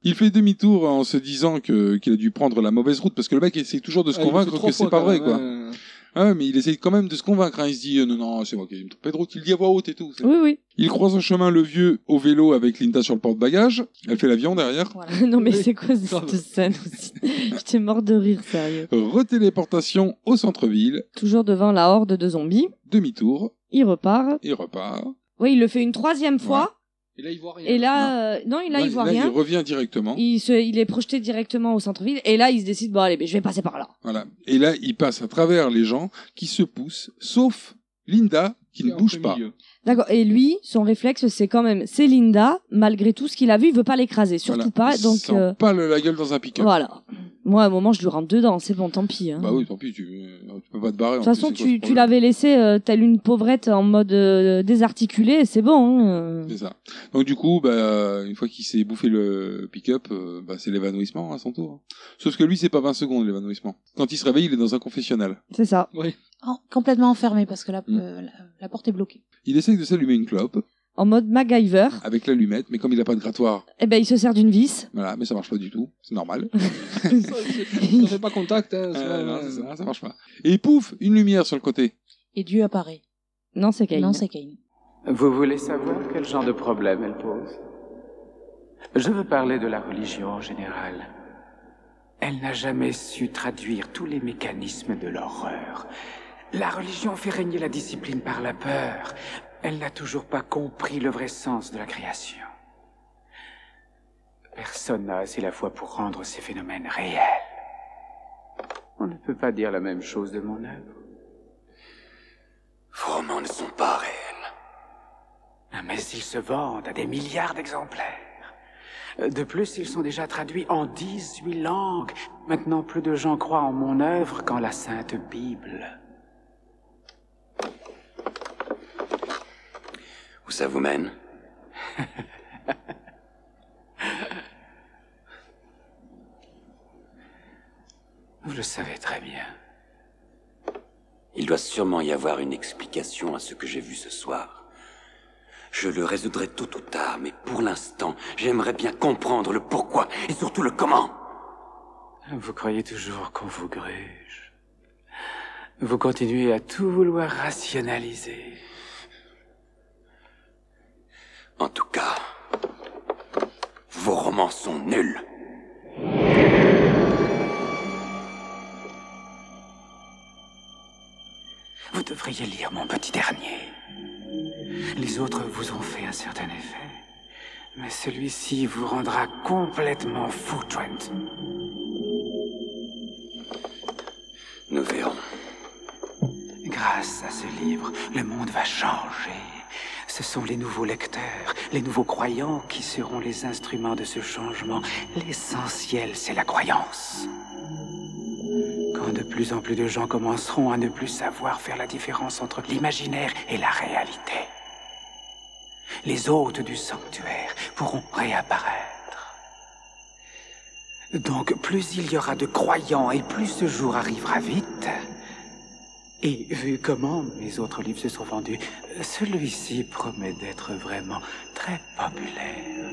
Il fait demi-tour en se disant que qu'il a dû prendre la mauvaise route parce que le mec essaie toujours de se Ah, il le fait convaincre trois que c'est fois, pas quand vrai même, quoi. hein. Ah, mais il essaye quand même de se convaincre. hein. Il se dit euh, non non c'est moi qui ai me trompé de route. Il dit à voix haute et tout. C'est- Oui, oui. Il croise en chemin le vieux au vélo avec Linda sur le porte-bagages. Elle fait l'avion derrière. Voilà. non, mais Oui. c'est quoi cette Grave. scène aussi J'étais morte de rire, sérieux. Retéléportation au centre-ville. Toujours devant la horde de zombies, Demi-tour. il repart. Il repart. Oui, il le fait une troisième fois. Et là, il voit rien. Et là, euh, non, il- là, il voit rien. il revient directement. Il, se, il est projeté directement au centre-ville et là il se décide bon allez ben, je vais passer par là. Voilà. Et là, il passe à travers les gens qui se poussent, sauf Linda qui ne en bouge plein pas. milieu. D'accord. Et lui, son réflexe, c'est quand même, c'est Linda, malgré tout ce qu'il a vu, il veut pas l'écraser, surtout Voilà. pas. Donc Sens euh, pas le- la gueule dans un pick-up. voilà. Moi, à un moment, je lui rentre dedans. C'est bon, tant pis. hein. Bah oui, tant pis, tu, euh, tu peux pas te barrer. de toute en façon, plus, c'est tu, quoi ce tu problème l'avais laissé euh, telle une pauvrette en mode euh, désarticulé, c'est bon. hein, euh. C'est ça. Donc du coup, bah, une fois qu'il s'est bouffé le pick-up, euh, bah, c'est l'évanouissement à son tour. Sauf que lui, c'est pas 20 secondes l'évanouissement. Quand il se réveille, il est dans un confessionnal. C'est ça. Oui. En- Oh, complètement enfermé parce que la, Mm. euh, la, la porte est bloquée. Il essaye de s'allumer une clope En mode MacGyver. avec l'allumette, mais comme il a pas de grattoir, Eh ben, il se sert d'une vis. voilà, mais ça marche pas du tout. C'est normal. Ça fait pas contact. Hein, c'est- Euh, non, c'est ça, ça marche pas. Et pouf, une lumière sur le côté. Et Dieu apparaît. Non, c'est Kane. Non, c'est Cain. Vous voulez savoir quel genre de problème elle pose Je veux parler de la religion en général. Elle n'a jamais su traduire tous les mécanismes de l'horreur. La religion fait régner la discipline par la peur. Elle n'a toujours pas compris le vrai sens de la création. Personne n'a assez la foi pour rendre ces phénomènes réels. On ne peut pas dire la même chose de mon œuvre. Vos romans ne sont pas réels. Ah, Mais ils se vendent à des milliards d'exemplaires. Euh, De plus, ils sont déjà traduits en 18 langues. Maintenant, plus de gens croient en mon œuvre qu'en la Sainte Bible. Où ça vous mène Vous le savez très bien. Il doit sûrement y avoir une explication à ce que j'ai vu ce soir. Je le résoudrai tôt ou tard, mais pour l'instant, j'aimerais bien comprendre le pourquoi et surtout le comment. Vous croyez toujours qu'on vous gruge. Vous continuez à tout vouloir rationaliser. En tout cas, vos romans sont nuls. Vous devriez lire mon petit dernier. Les autres vous ont fait un certain effet. Mais celui-ci vous rendra complètement fou, Trent. Nous verrons. Grâce à ce livre, le monde va changer. Ce sont les nouveaux lecteurs, les nouveaux croyants qui seront les instruments de ce changement. L'essentiel, c'est la croyance. Quand de plus en plus de gens commenceront à ne plus savoir faire la différence entre l'imaginaire et la réalité, les hôtes du sanctuaire pourront réapparaître. Donc plus il y aura de croyants et plus ce jour arrivera vite, et vu comment mes autres livres se sont vendus, celui-ci promet d'être vraiment très populaire.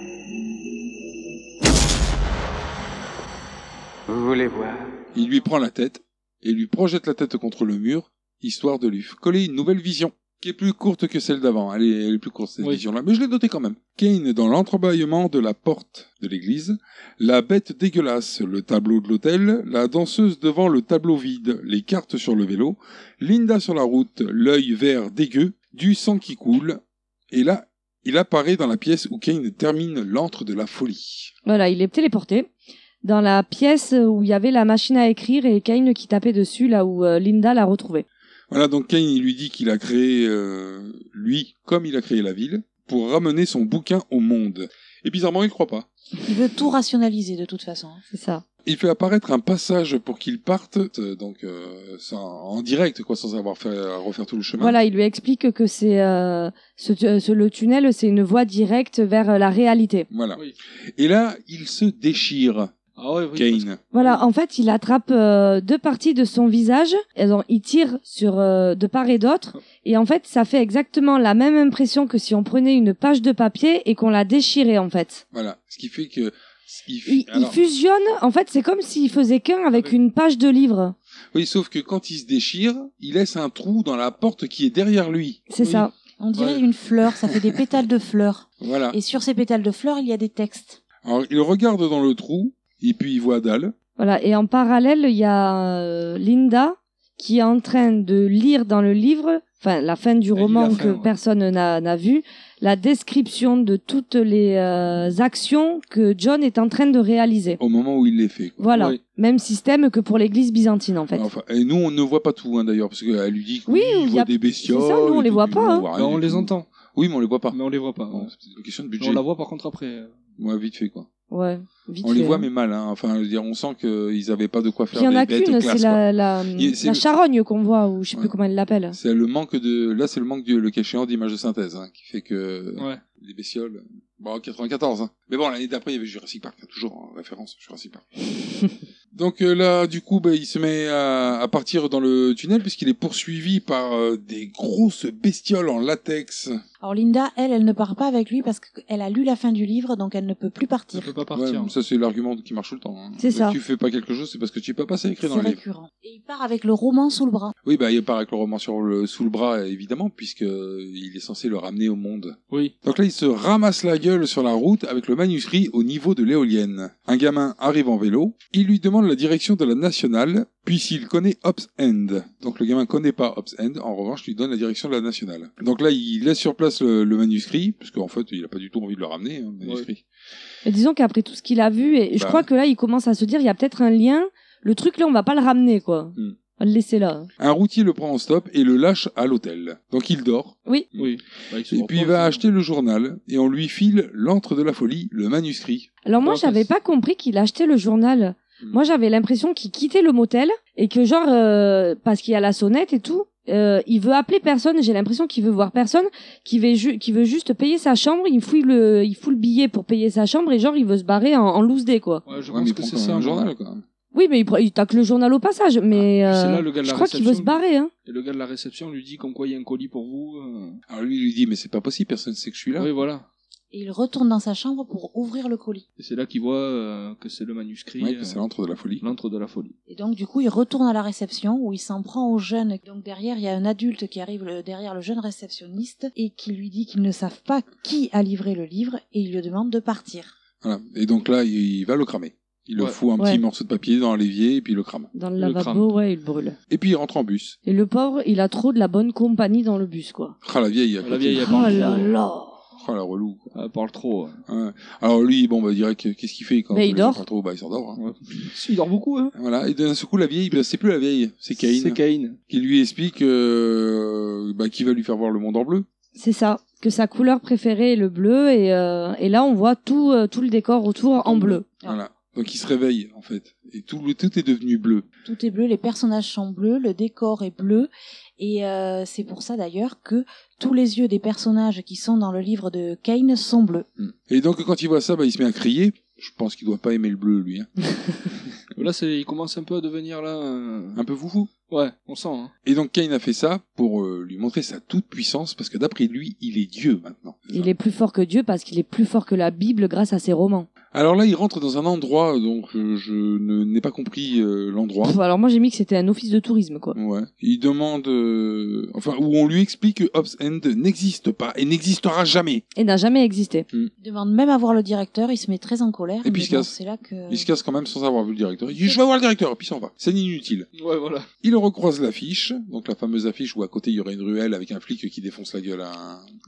Vous voulez voir Il lui prend la tête et lui projette la tête contre le mur, histoire de lui coller une nouvelle vision, qui est plus courte que celle d'avant. Elle est, elle est plus courte, cette Oui. vision-là, mais je l'ai notée quand même. Kane, dans l'entrebâillement de la porte de l'église, la bête dégueulasse, le tableau de l'hôtel, la danseuse devant le tableau vide, les cartes sur le vélo, Linda sur la route, l'œil vert dégueu, du sang qui coule, et là, il apparaît dans la pièce où Kane termine l'antre de la folie. Voilà, il est téléporté dans la pièce où il y avait la machine à écrire et Kane qui tapait dessus, là où euh, Linda l'a retrouvé. Voilà, donc Kane, il lui dit qu'il a créé, euh, lui, comme il a créé la ville, pour ramener son bouquin au monde. Et bizarrement, il croit pas. Il veut tout rationaliser de toute façon. C'est ça. Il fait apparaître un passage pour qu'il parte, euh, donc euh, sans- en direct, quoi, sans avoir fait à refaire tout le chemin. Voilà, il lui explique que c'est euh, ce, tu- ce- le tunnel, c'est une voie directe vers euh, la réalité. Voilà. Oui. Et là, il se déchire, Ah ouais, oui, parce Kane. Voilà, en fait, il attrape euh, deux parties de son visage, et donc, il tire sur euh, de part et d'autre, et en fait, ça fait exactement la même impression que si on prenait une page de papier et qu'on la déchirait, en fait. Voilà. Ce qui fait que... Il, Il, il alors- fusionne, en fait, c'est comme s'il faisait qu'un avec une page de livre. Oui, sauf que quand il se déchire, il laisse un trou dans la porte qui est derrière lui. C'est Oui. ça. On dirait Ouais. une fleur, ça fait des pétales de fleurs. Voilà. Et sur ces pétales de fleurs, il y a des textes. Alors, il regarde dans le trou, et puis il voit dalle. Voilà, et en parallèle, il y a euh, Linda qui est en train de lire dans le livre, enfin la fin du roman la fin, que ouais. personne n'a n'a vu, la description de toutes les euh, actions que John est en train de réaliser. au moment où il les fait. quoi. Voilà, Ouais. même système que pour l'Église byzantine en fait. Enfin, et nous, on ne voit pas tout, hein, d'ailleurs, parce qu'elle lui dit qu'il Oui, il y voit a- des bestioles. c'est ça, nous, on et les tout, voit puis pas, nous, hein. voit Bah, rien on du les tout. entend. Oui, mais on les voit pas. Mais on les voit pas. ouais. C'est une question de Mais budget. On la voit par contre après. euh. Ouais, vite fait, quoi. Ouais, vite on les fait, voit, hein. mais mal. Hein. Enfin, je veux dire, on sent qu'ils n'avaient pas de quoi Puis faire il y en des a bêtes qu'une, c'est classes, la, quoi. la, Il- c'est la le- charogne qu'on voit, ou je sais plus comment elle l'appelle. C'est le manque de. Là, c'est le manque du le cas échéant d'images de synthèse hein, qui fait que les bestioles. Bon, 94. Hein. Mais bon, l'année d'après, il y avait Jurassic Park, hein, toujours en référence Jurassic Park. Donc euh, là, du coup, bah, il se met à, à partir dans le tunnel puisqu'il est poursuivi par euh, des grosses bestioles en latex. Alors Linda, elle, elle ne part pas avec lui parce qu'elle a lu la fin du livre, donc elle ne peut plus partir. peut pas partir. ça, c'est l'argument qui marche tout le temps. hein. C'est Dès ça. que tu fais pas quelque chose, c'est parce que tu peux pas, c'est écrit C'est dans le livre. récurrent. Et il part avec le roman sous le bras. Oui, bah, il part avec le roman sur le, sous le bras, évidemment, puisque euh, il est censé le ramener au monde. Oui. Donc là, il se ramasse la gueule sur la route avec le manuscrit au niveau de l'éolienne. Un gamin arrive en vélo, il lui demande la direction de la nationale, puisqu'il connaît Hobbs End. Donc le gamin connaît pas Hobbs End, en revanche, il lui donne la direction de la nationale. Donc là, il laisse sur place le, le manuscrit, parce qu'en fait, il a pas du tout envie de le ramener, hein, le manuscrit. Mais disons qu'après tout ce qu'il a vu, et je Bah. crois que là, il commence à se dire, il y a peut-être un lien. Le truc là, on va pas le ramener, quoi. Hmm. On va le laisser là. Un routier le prend en stop et le lâche à l'hôtel. Donc il dort. Oui. Oui. et puis Bah, il va acheter le journal et on lui file l'antre de la folie, le manuscrit. Alors moi, j'avais pas compris qu'il achetait le journal. Hmm. Moi, j'avais l'impression qu'il quittait le motel et que genre, euh, parce qu'il y a la sonnette et tout, euh, il veut appeler personne. J'ai l'impression qu'il veut voir personne, qu'il veut, ju- qu'il veut juste payer sa chambre. Il fouille le, il fout le billet pour payer sa chambre et genre, il veut se barrer en, en loose day, quoi. Ouais, je Ouais, mais pense il que prend c'est quand même ça. un moi. journal, quoi. Oui, mais il, pre- il tacle le journal au passage. Mais Ah, c'est euh, là, le gars de je la crois qu'il veut se réception. barrer, hein. Et le gars de la réception lui dit comme quoi il y a un colis pour vous. euh. Alors lui il lui dit mais c'est pas possible, personne sait que je suis là. Oui, voilà. Et il retourne dans sa chambre pour ouvrir le colis. Et c'est là qu'il voit euh, que c'est le manuscrit. Ouais, que c'est l'antre de la folie. L'antre de la folie. Et donc, du coup, il retourne à la réception où il s'en prend au jeune. Donc, derrière, il y a un adulte qui arrive le- derrière le jeune réceptionniste et qui lui dit qu'ils ne savent pas qui a livré le livre et il lui demande de partir. Voilà. Et donc là il, il va le cramer. Il Ouais. le fout un Ouais. petit morceau de papier dans l'évier et puis il le crame. Dans le Le lavabo, crame. ouais, il brûle. Et puis il rentre en bus. Et le pauvre, il a trop de la bonne compagnie dans le bus, quoi. Ah la vieille. à La côté. vieille, elle Oh parle là trop. là Ah la relou. quoi. Elle parle trop. hein. Ouais. Alors lui bon bah direct qu'est-ce qu'il fait quand Mais il les gens dort. parlent trop Bah il s'endort. hein. Il dort beaucoup, hein. Voilà, et d'un seul coup, la vieille, bah, c'est plus la vieille, c'est Caïn. C'est Caïn. Qui lui explique euh, bah, qui va lui faire voir le monde en bleu. C'est ça, que sa couleur préférée est le bleu, et, euh, et là on voit tout, euh, tout le décor autour en bleu. Voilà. Donc il se réveille, en fait. Et tout, le, tout est devenu bleu. Tout est bleu, les personnages sont bleus, le décor est bleu. Et euh, c'est pour ça d'ailleurs que tous les yeux des personnages qui sont dans le livre de Kane sont bleus. Hmm. Et donc, quand il voit ça, bah, il se met à crier. Je pense qu'il doit pas aimer le bleu, lui. hein. Là, c'est, il commence un peu à devenir là. euh, Un peu foufou. Ouais, on sent. hein. Et donc, Cain a fait ça pour euh, lui montrer sa toute-puissance, parce que d'après lui, il est Dieu, maintenant. Il est plus fort que Dieu parce qu'il est plus fort que la Bible grâce à ses romans. Alors là, il rentre dans un endroit, donc euh, je ne- n'ai pas compris euh, l'endroit. Pff, alors moi j'ai mis que c'était un office de tourisme, quoi. Ouais. Il demande, euh, enfin, où on lui explique que Hobbs End n'existe pas et n'existera jamais. Et n'a jamais existé. Il demande même à voir le directeur, il se met très en colère. Et puis mais il se bon, casse. C'est là que... Il se casse quand même sans avoir vu le directeur. Il dit Je vais voir le directeur, puis il s'en va. C'est inutile. Ouais, voilà. Il recroise l'affiche, donc la fameuse affiche où à côté il y aurait une ruelle avec un flic qui défonce la gueule à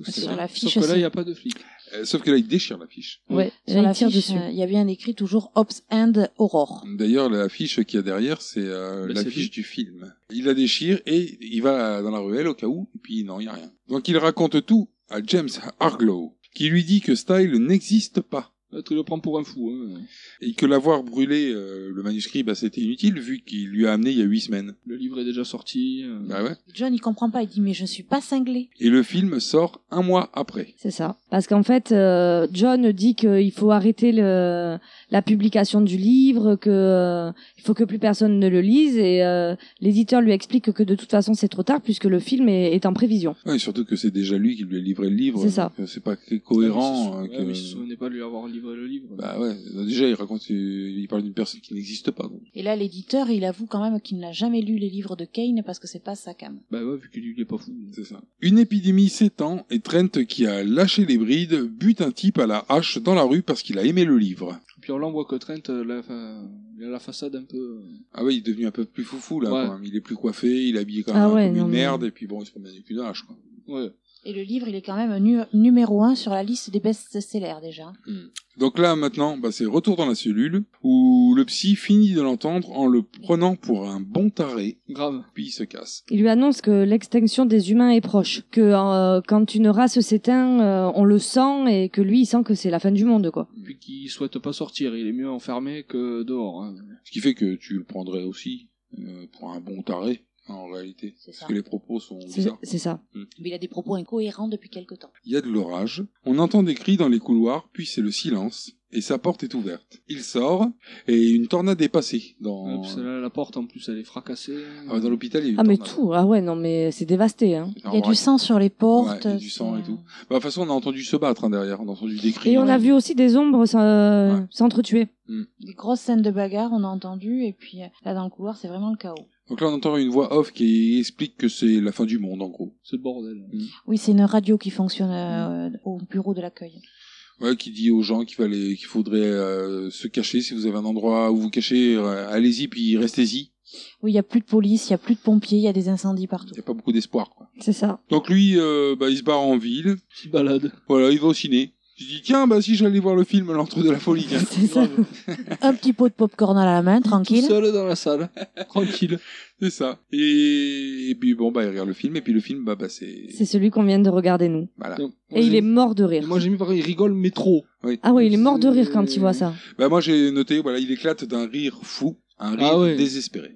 un. Sur Sauf l'affiche, que là, Ah, c'est- il n'y a pas de flic. Euh, sauf que là, il déchire l'affiche. Ouais, Sur là, il tire l'affiche, dessus. euh, il y a bien écrit toujours Hobbs and Aurore. D'ailleurs, l'affiche qu'il y a derrière, c'est euh, Bah, c'est l'affiche lui. du film. Il la déchire et il va dans la ruelle au cas où, et puis non, il n'y a rien. Donc il raconte tout à James Harglow, qui lui dit que Style n'existe pas. Là, tu le prends pour un fou. hein. et que l'avoir brûlé euh, le manuscrit bah, c'était inutile vu qu'il lui a amené il y a huit semaines Le livre est déjà sorti. euh. bah ouais. John, il comprend pas, il dit mais je suis pas cinglé. et le film sort un mois après C'est ça. Parce qu'en fait, euh, John dit qu'il faut arrêter le, la publication du livre, que euh, il faut que plus personne ne le lise, et euh, l'éditeur lui explique que de toute façon c'est trop tard puisque le film est, est en prévision. ouais, surtout que c'est déjà lui qui lui a livré le livre C'est ça. donc, euh, c'est pas très Ouais, cohérent Ah, mais euh, il se sou- que- ouais, mais il se souvenait pas de lui avoir livré le livre. bah ouais euh, déjà il raconte euh, il parle d'une personne qui n'existe pas donc. Et là, l'éditeur, il avoue quand même qu'il n'a jamais lu les livres de Kane parce que c'est pas sa cam. Bah ouais, vu qu'il est pas fou. C'est ça. une épidémie s'étend et Trent qui a lâché les brides bute un type à la hache dans la rue parce qu'il a aimé le livre Puis on l'envoie que Trent, euh, la, enfin, il a la façade un peu. euh, Ah oui, il est devenu un peu plus foufou là. Ouais. quand même. Il est plus coiffé, il est habillé quand même Ah ouais, comme non, une mais- merde, et puis bon, il se promène avec une hache. Quoi. Et le livre, il est quand même nu- numéro un sur la liste des best-sellers déjà. Donc là maintenant, bah, c'est retour dans la cellule où le psy finit de l'entendre en le prenant pour un bon taré. Grave. Puis il se casse. Il lui annonce que l'extinction des humains est proche, que euh, quand une race s'éteint, euh, on le sent et que lui, il sent que c'est la fin du monde, quoi. Mm. Puis qu'il souhaite pas sortir, il est mieux enfermé que dehors. hein. Ce qui fait que tu le prendrais aussi euh, pour un bon taré en réalité, parce ça. que les propos sont bizarres. Mais il a des propos incohérents depuis quelque temps. Il y a de l'orage, on entend des cris dans les couloirs, puis c'est le silence, et sa porte est ouverte. Il sort, et une tornade est passée Ouais, dans, puis celle-là, la porte en plus, elle est fracassée. ah, dans l'hôpital. il y a eu une Ah, mais tornade. tout, ah ouais, non, mais c'est dévasté, hein. Il y a du sang sur les Ouais, portes. il y a du sang et tout. Bah, de toute façon, on a entendu se battre hein, derrière, on a entendu des cris. Et on a vu aussi des ombres euh, s'entretuer. Des grosses scènes de bagarre, on a entendu, et puis euh, là dans le couloir, c'est vraiment le chaos. Donc là, on entend une voix off qui explique que c'est la fin du monde, en gros. C'est le bordel. Oui, c'est une radio qui fonctionne euh, au bureau de l'accueil. Ouais, qui dit aux gens qu'il fallait, qu'il faudrait euh, se cacher si vous avez un endroit où vous cacher, euh, allez-y puis restez-y. Oui, il y a plus de police, il y a plus de pompiers, il y a des incendies partout. Il y a pas beaucoup d'espoir. quoi. C'est ça. Donc lui, euh, bah, il se barre en ville. Il balade. Voilà, il va au ciné. Il se dit tiens, bah si j'allais voir le film L'entre de la folie. tiens. Un petit pot de popcorn à la main, tranquille. seul dans la salle, tranquille. C'est ça. Et... et puis bon, bah il regarde le film et puis le film, bah, bah c'est C'est celui qu'on vient de regarder, nous. voilà. Et il est mort de rire. Moi, j'ai mis pareil, il rigole, mais trop. Oui. Ah ouais, il est mort de rire quand il voit ça. Bah moi j'ai noté, voilà, il éclate d'un rire fou, un rire Ah ouais. désespéré.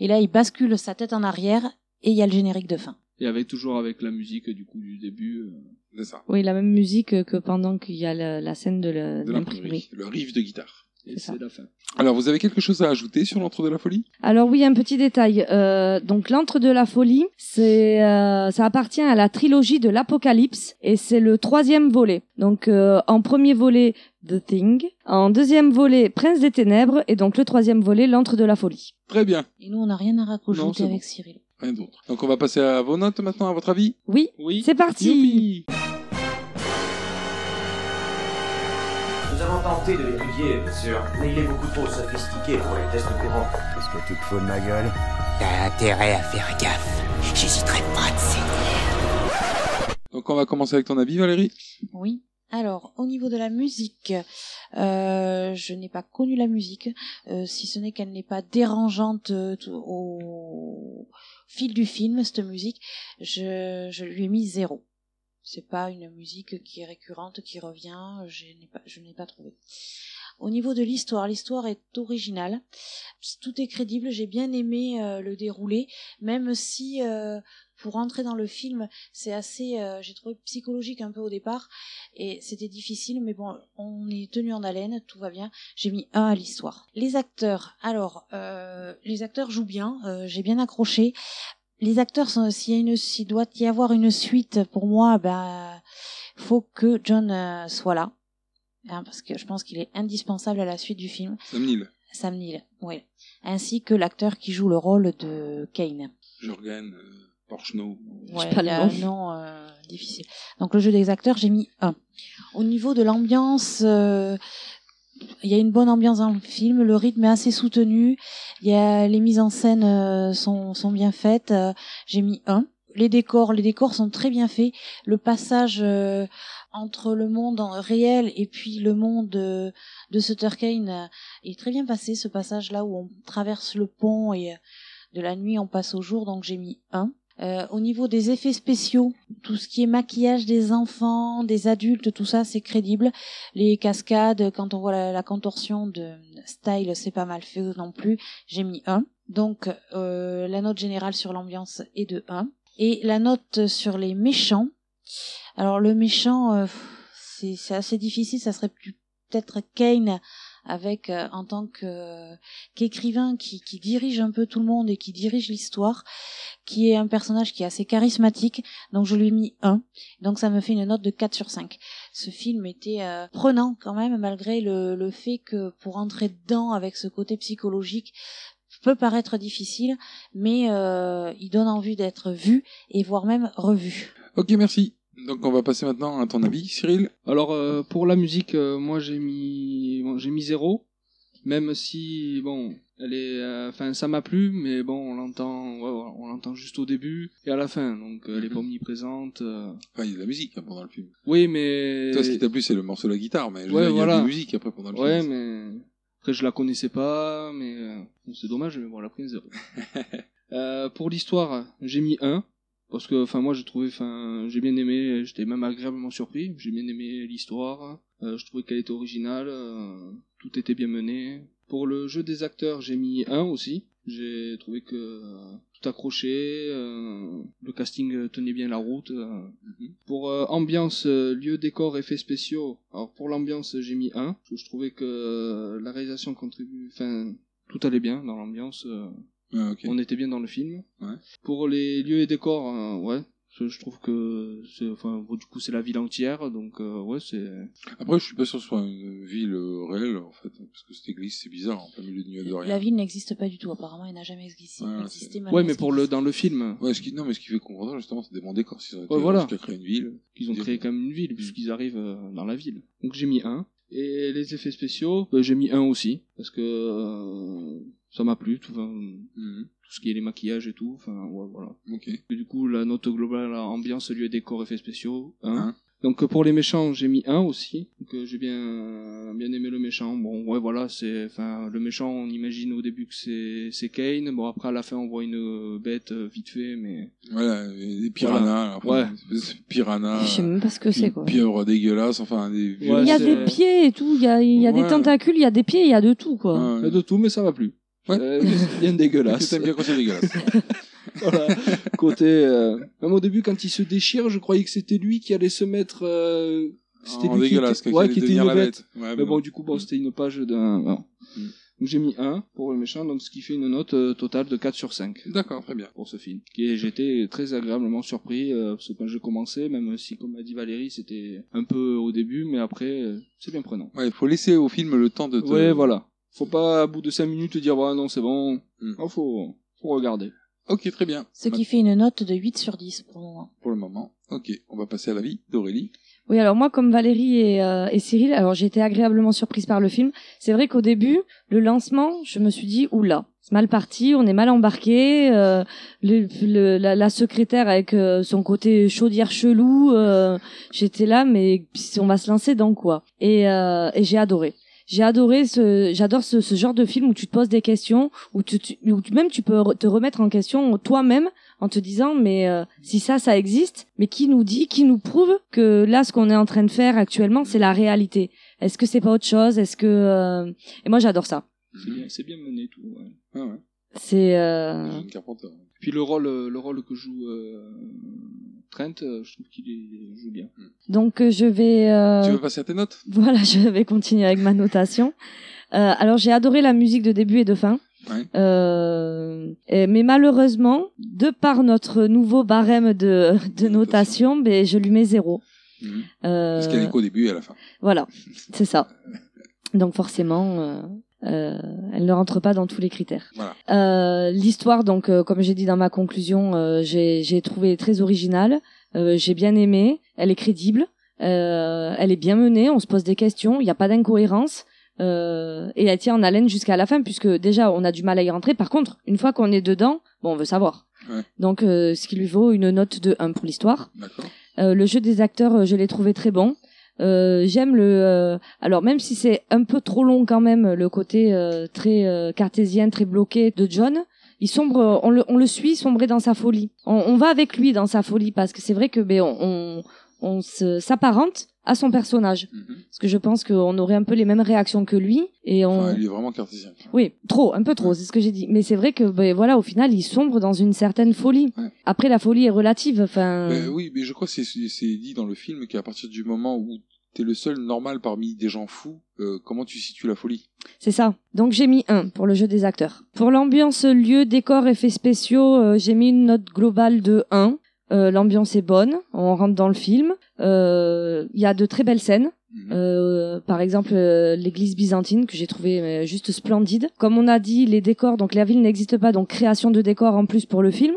Et là, il bascule sa tête en arrière, et il y a le générique de fin. Et avec toujours avec la musique du coup du début. euh, C'est ça. Oui, la même musique euh, que pendant qu'il y a la, la scène de le- De l'imprimerie. l'imprimerie, le riff de guitare. Et c'est la fin. Alors vous avez quelque chose à ajouter sur L'entre de la folie Alors oui, un petit détail. Euh, donc l'antre de la folie, c'est euh, ça appartient à la trilogie de l'Apocalypse et c'est le troisième volet. Donc euh, en premier volet The Thing, en deuxième volet Prince des ténèbres et donc le troisième volet l'antre de la folie. Très bien. Et nous, on n'a rien à Non, rajouter c'est avec bon. Cyril. Rien d'autre. Donc on va passer à vos notes maintenant, à votre avis Oui, Oui. c'est parti. Nous avons tenté de l'étudier, bien sûr, mais il est beaucoup trop sophistiqué pour les tests courants. Qu'est-ce que tu te fous de ma gueule T'as intérêt à faire gaffe. J'hésiterai pas de Donc on va commencer avec ton avis Valérie Oui. Alors, au niveau de la musique, euh, je n'ai pas connu la musique, euh, si ce n'est qu'elle n'est pas dérangeante euh, tout- au fil du film, cette musique. Je, je lui ai mis zéro. C'est pas une musique qui est récurrente, qui revient, je n'ai pas, je n'ai pas trouvé. Au niveau de l'histoire, l'histoire est originale. Tout est crédible, j'ai bien aimé euh, le déroulé, même si euh, pour entrer dans le film, c'est assez, euh, j'ai trouvé psychologique un peu au départ, et c'était difficile, mais bon, on est tenu en haleine, tout va bien. J'ai mis un à l'histoire. Les acteurs, alors, euh, les acteurs jouent bien, euh, j'ai bien accroché. Les acteurs, sont- s'il y a une, s'il doit y avoir une suite, pour moi, ben, faut que John euh, soit là, hein, parce que je pense qu'il est indispensable à la suite du film. Sam Neill. Sam Neill, oui. Ainsi que l'acteur qui joue le rôle de Kane. Jorgen euh, Porchno. Ouais, il a un nom euh, difficile. Donc le jeu des acteurs, j'ai mis 1. Au niveau de l'ambiance, euh, il y a une bonne ambiance dans le film, le rythme est assez soutenu, il y a, les mises en scène euh, sont, sont bien faites, euh, j'ai mis 1. Les décors, les décors sont très bien faits. Le passage euh, entre le monde en- réel et puis le monde euh, de Sutter Kane euh, est très bien passé. Ce passage là où on traverse le pont et euh, de la nuit on passe au jour, donc j'ai mis 1. Euh, au niveau des effets spéciaux, tout ce qui est maquillage des enfants, des adultes, tout ça, c'est crédible. Les cascades, quand on voit la, la contorsion de Style, c'est pas mal fait non plus. J'ai mis 1. Donc, euh, la note générale sur l'ambiance est de 1. Et la note sur les méchants. Alors, le méchant, euh, c'est c'est assez difficile. Ça serait plus- peut-être Kane avec euh, en tant que euh, qu'écrivain qui, qui dirige un peu tout le monde et qui dirige l'histoire qui est un personnage qui est assez charismatique, donc je lui ai mis 1. Donc ça me fait une note de 4 sur 5. Ce film était euh, prenant quand même, malgré le, le fait que pour entrer dedans avec ce côté psychologique, peut paraître difficile, mais euh, il donne envie d'être vu et voire même revu. Ok, merci. Donc on va passer maintenant à ton avis, Cyril. Alors euh, pour la musique, euh, moi j'ai mis bon, j'ai mis zéro, même si bon, elle est, euh, enfin ça m'a plu, mais bon on l'entend, ouais, ouais, on l'entend juste au début et à la fin, donc euh, elle est Mhm. pas omniprésente. euh. Enfin, il y a de la musique hein, pendant le film. Oui, mais Toi, ce qui t'a plu, c'est le morceau de la guitare, mais je veux Ouais, dire, il y a de voilà. la musique après pendant le ouais, film. mais après je la connaissais pas, mais euh, bon, c'est dommage, mais bon elle a pris un zéro. Euh, pour l'histoire, j'ai mis un. Parce que, enfin, moi, j'ai trouvé, enfin, j'ai bien aimé, j'étais même agréablement surpris. J'ai bien aimé l'histoire. euh, je trouvais qu'elle était originale. euh, tout était bien mené. Pour le jeu des acteurs, j'ai mis un aussi. J'ai trouvé que euh, tout accroché, euh, le casting euh, tenait bien la route. euh. Pour euh, ambiance, euh, lieu, décor, effets spéciaux. Alors pour l'ambiance, j'ai mis un. parce que Je trouvais que euh, la réalisation contribue, enfin, tout allait bien dans l'ambiance. euh. Ah, ok. On était bien dans le film. Ouais. Pour les lieux et décors, euh, ouais. Je je trouve que c'est, enfin, bon, du coup, c'est la ville entière, donc euh, ouais, c'est. Après, je suis pas sûr que ce soit une ville euh, réelle, en fait, parce que cette église, c'est bizarre, en plein milieu de nuit de rien. La ville n'existe pas du tout, apparemment, elle n'a jamais existé. Ouais, existé c'est- malgré ce qu'il le dans le film. Ouais, ce qui... non, mais ce qui fait comprendre justement, c'est des bons décors. S'ils ont été Ouais, voilà. jusqu'à créer une ville. Ils ont créé quand même une Mm. ville, puisqu'ils arrivent euh, dans la ville. Donc j'ai mis un. Et les effets spéciaux, bah, j'ai mis un aussi, parce que euh, ça m'a plu, tout, enfin, tout ce qui est les maquillages et tout, enfin ouais, voilà. Ok. Et du coup, la note globale, ambiance, lieu, décor, effets spéciaux, un. Donc euh, pour les méchants, j'ai mis un aussi. Donc euh, j'ai bien euh, bien aimé le méchant. Bon ouais voilà, c'est enfin le méchant, on imagine au début que c'est c'est Kane. Bon après à la fin on voit une euh, bête euh, vite fait mais Voilà, et des piranhas. Voilà. après, une espèce de Piranha. Je sais même pas ce que c'est, une quoi. Pieuvre dégueulasse, enfin, des Ouais, Il y a c'est- des pieds et tout, il y a, il y a Ouais. des tentacules, il y a des pieds, il y a de tout, quoi. Ouais, Il y a de tout, mais ça va plus. Euh, c'est bien Est-ce dégueulasse. que t'aimes bien quand c'est Ah, dégueulasse Voilà. Côté. euh, Même au début, quand il se déchire, je croyais que c'était lui qui allait se mettre. euh, C'était En lui dégueulasse, qui était, quoi, ouais, qui qui allait était devenir une la bête. bête. Ouais, Ah, mais mais bon, non. Mm. du coup, bon, c'était une page d'un. voilà. Donc j'ai mis 1 pour le méchant, donc ce qui fait une note euh, totale de 4 sur 5. D'accord, très bien. Pour ce film. Et j'étais très agréablement surpris, euh, parce que quand je commençais, même si, comme l'a dit Valérie, c'était un peu au début, mais après, euh, c'est bien prenant. Ouais, il faut laisser au film le temps de te. Ouais, voilà. Faut pas, à bout de 5 minutes, dire, ouais, non, c'est bon. Mm. Non, faut, faut regarder. Ok, très bien. Ce qui fait une note de 8 sur 10 pour le moment. Pour le moment. Ok, on va passer à la vie d'Aurélie. Oui, alors moi, comme Valérie et, euh, et Cyril, alors j'ai été agréablement surprise par le film. C'est vrai qu'au début, le lancement, je me suis dit, oula, c'est mal parti, on est mal embarqué. euh, le- le- la, la secrétaire avec euh, son côté chaudière chelou, euh, j'étais là, mais si on va se lancer dans quoi Et, euh, et j'ai adoré. J'ai adoré ce, j'adore ce, ce genre de film où tu te poses des questions, où tu, tu- où tu- même tu peux re- te remettre en question toi-même en te disant mais euh, si ça ça existe, mais qui nous dit, qui nous prouve que là ce qu'on est en train de faire actuellement c'est la réalité. Est-ce que c'est pas autre chose Est-ce que euh, et moi j'adore ça. C'est bien, c'est bien mené, tout. Ouais. Ah ouais. C'est euh, John Carpenter. Puis le rôle, euh, le rôle que joue euh, Trent, euh, je trouve qu'il est- il joue bien. donc euh, je vais euh, Tu veux passer à tes notes Voilà, je vais continuer avec ma notation. Euh, alors j'ai adoré la musique de début et de fin. Ouais. Euh, et- mais malheureusement, de par notre nouveau barème de, de notation, ben, je lui mets zéro. Euh, Mhm. Parce qu'elle est qu'au début et à la fin. Voilà, c'est ça. Donc forcément, euh, euh, elle ne rentre pas dans tous les critères. Voilà. Euh, L'histoire, donc, euh, comme j'ai dit dans ma conclusion, euh, j'ai j'ai trouvé très originale. Euh, j'ai bien aimé. Elle est crédible. Euh, elle est bien menée. On se pose des questions. Il n'y a pas d'incohérence. Euh, et elle tient en haleine jusqu'à la fin, puisque déjà on a du mal à y rentrer. Par contre, une fois qu'on est dedans, bon, on veut savoir. Ouais. Donc, euh, ce qui lui vaut une note de 1 pour l'histoire. D'accord. Euh, le jeu des acteurs, euh, je l'ai trouvé très bon. Euh, J'aime le. euh, alors même si c'est un peu trop long quand même, le côté euh, très euh, cartésien, très bloqué de John. Il sombre, euh, on le, on le suit sombrer dans sa folie. On, on va avec lui dans sa folie parce que c'est vrai que ben on, on, on se- s'apparente à son personnage. Mhm. Parce que je pense qu'on aurait un peu les mêmes réactions que lui et on. Enfin, il est vraiment cartésien. Oui, trop, un peu trop, c'est ce que j'ai dit. Mais c'est vrai que ben voilà, au final, il sombre dans une certaine folie. Après, la folie est relative. Enfin. Euh, oui, mais je crois que c'est c'est dit dans le film qu'à partir du moment où t'es le seul normal parmi des gens fous, euh, comment tu situes la folie C'est ça. Donc j'ai mis 1 pour le jeu des acteurs. Pour l'ambiance, lieu, décor, effets spéciaux, euh, j'ai mis une note globale de 1. Euh, L'ambiance est bonne, on rentre dans le film. Euh, Il y a de très belles scènes. Mhm. Euh, par exemple, euh, l'église byzantine que j'ai trouvé euh, juste Mhm. splendide. Comme on a dit, les décors, donc la ville n'existe pas, donc création de décors en plus pour le film.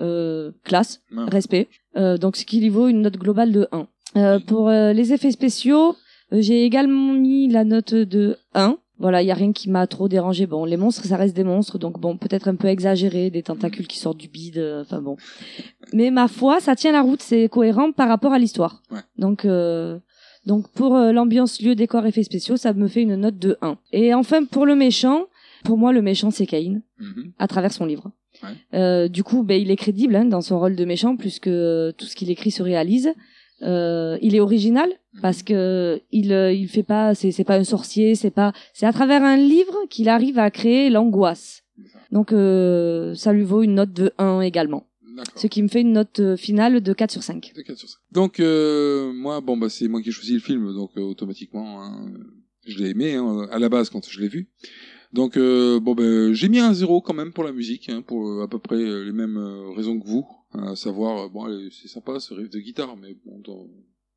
euh, classe, Ouais. respect. Euh, donc ce qui lui vaut une note globale de 1. Euh, pour euh, les effets spéciaux, euh, j'ai également mis la note de 1. Voilà, il y a rien qui m'a trop dérangé. Bon, les monstres, ça reste des monstres, donc bon, peut-être un peu exagéré, des tentacules qui sortent du bide, euh, enfin bon. Mais ma foi, ça tient la route, c'est cohérent par rapport à l'histoire. Donc, euh, donc pour euh, l'ambiance, lieu, décor, effets spéciaux, ça me fait une note de 1. Et enfin, pour le méchant, pour moi, le méchant, c'est Caïn, Mhm. à travers son livre. Euh, du coup, ben, il est crédible hein, dans son rôle de méchant, puisque euh, tout ce qu'il écrit se réalise. Euh, il est original parce que il euh, il fait pas c'est c'est pas un sorcier c'est pas c'est à travers un livre qu'il arrive à créer l'angoisse donc euh, ça lui vaut une note de 1 également D'accord. ce qui me fait une note euh, finale de 4 sur 5 De 4 sur 5. Donc, euh, moi, bon, bah, c'est moi qui ai choisi le film, donc euh, automatiquement, hein, je l'ai aimé hein, à la base quand je l'ai vu. Donc, euh, bon, ben, j'ai mis un zéro quand même pour la musique, hein, pour euh, à peu près euh, les mêmes euh, raisons que vous, hein, à savoir, euh, bon, allez, c'est sympa ce riff de guitare, mais bon, dans-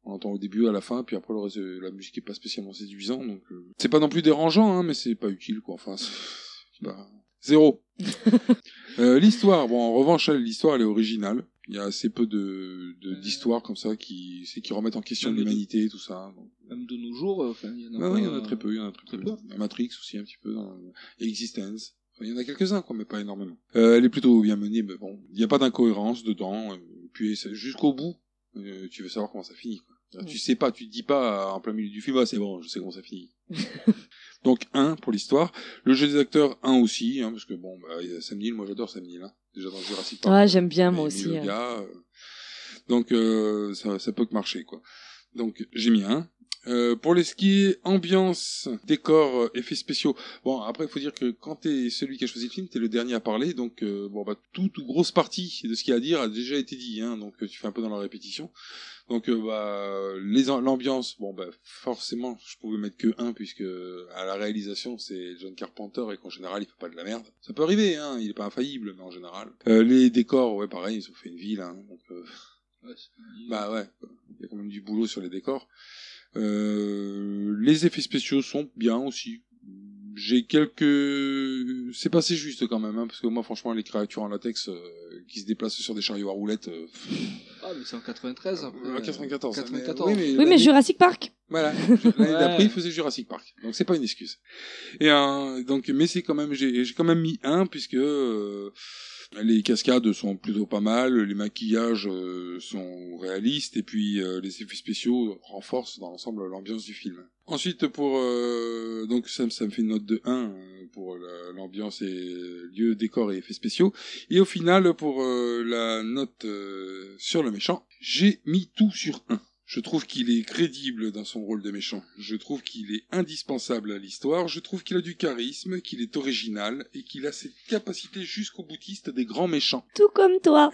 on l'entend au début, à la fin, puis après le reste, euh, la musique est pas spécialement séduisante, donc euh, c'est pas non plus dérangeant, hein, mais c'est pas utile, quoi. Enfin, c'est- bah, zéro. Euh, l'histoire, bon, en revanche, elle, l'histoire, elle est originale. Il y a assez peu de de- d'histoires comme ça qui, c'est qui remettent en question Même de- l'humanité, tout ça. hein, donc. Même de nos jours, euh, enfin, il y en a Ouais, pas- ouais, il y en a très peu, il y en a très, peu. Matrix aussi un petit peu dans Existence. Enfin, Il y en a quelques-uns quoi, mais pas énormément. Euh, elle est plutôt bien menée, mais bon, il n'y a pas d'incohérence dedans. euh, Puis ça- jusqu'au bout, euh, tu veux savoir comment ça finit. Quoi. Alors, Tu sais pas, tu te dis pas euh, en plein milieu du film, ah c'est bon, je sais comment ça finit. Donc un pour l'histoire, le jeu des acteurs un aussi, hein, parce que bon, bah, il y a Sam Neill, moi j'adore Sam Neill, hein, déjà dans Jurassic Park. Ouais, j'aime bien, moi Et aussi, Emilio euh. Ga, euh, donc euh, ça, ça peut que marcher quoi. Donc j'ai mis un. Euh, pour les skis, ambiance, décor, euh, effets spéciaux. Bon, après, il faut dire que quand t'es celui qui a choisi le film, t'es le dernier à parler, donc euh, bon, bah, toute ou grosse partie de ce qu'il y a à dire a déjà été dit, hein, donc euh, tu fais un peu dans la répétition. Donc, euh, bah, les en- l'ambiance, bon, bah, forcément, je pouvais mettre que un puisque euh, à la réalisation, c'est John Carpenter et qu'en général, il fait pas de la merde. Ça peut arriver, hein, il est pas infaillible, mais en général. Euh, les décors, ouais, pareil, ils ont fait une ville, hein, donc. euh, bah ouais, il y a quand même du boulot sur les décors. Euh, les effets spéciaux sont bien aussi. J'ai quelques, c'est passé juste quand même, hein, parce que moi franchement les créatures en latex euh, qui se déplacent sur des chariots à roulettes. euh, Ah, mais c'est en 93 après. Euh, 94, mais- 94. oui, mais- oui mais Jurassic Park Voilà. L'année Ouais. d'après, il faisait Jurassic Park. Donc c'est pas une excuse. Et euh, donc mais c'est quand même j'ai j'ai quand même mis un puisque euh, les cascades sont plutôt pas mal, les maquillages euh, sont réalistes et puis euh, les effets spéciaux renforcent dans l'ensemble l'ambiance du film. Ensuite pour euh, donc ça, me- ça me fait une note de 1 euh, pour la- l'ambiance et lieu décor et effets spéciaux et au final pour euh, la note euh, sur le méchant, j'ai mis tout sur 1. Je trouve qu'il est crédible dans son rôle de méchant. Je trouve qu'il est indispensable à l'histoire. Je trouve qu'il a du charisme, qu'il est original et qu'il a cette capacité jusqu'au boutiste des grands méchants. tout comme toi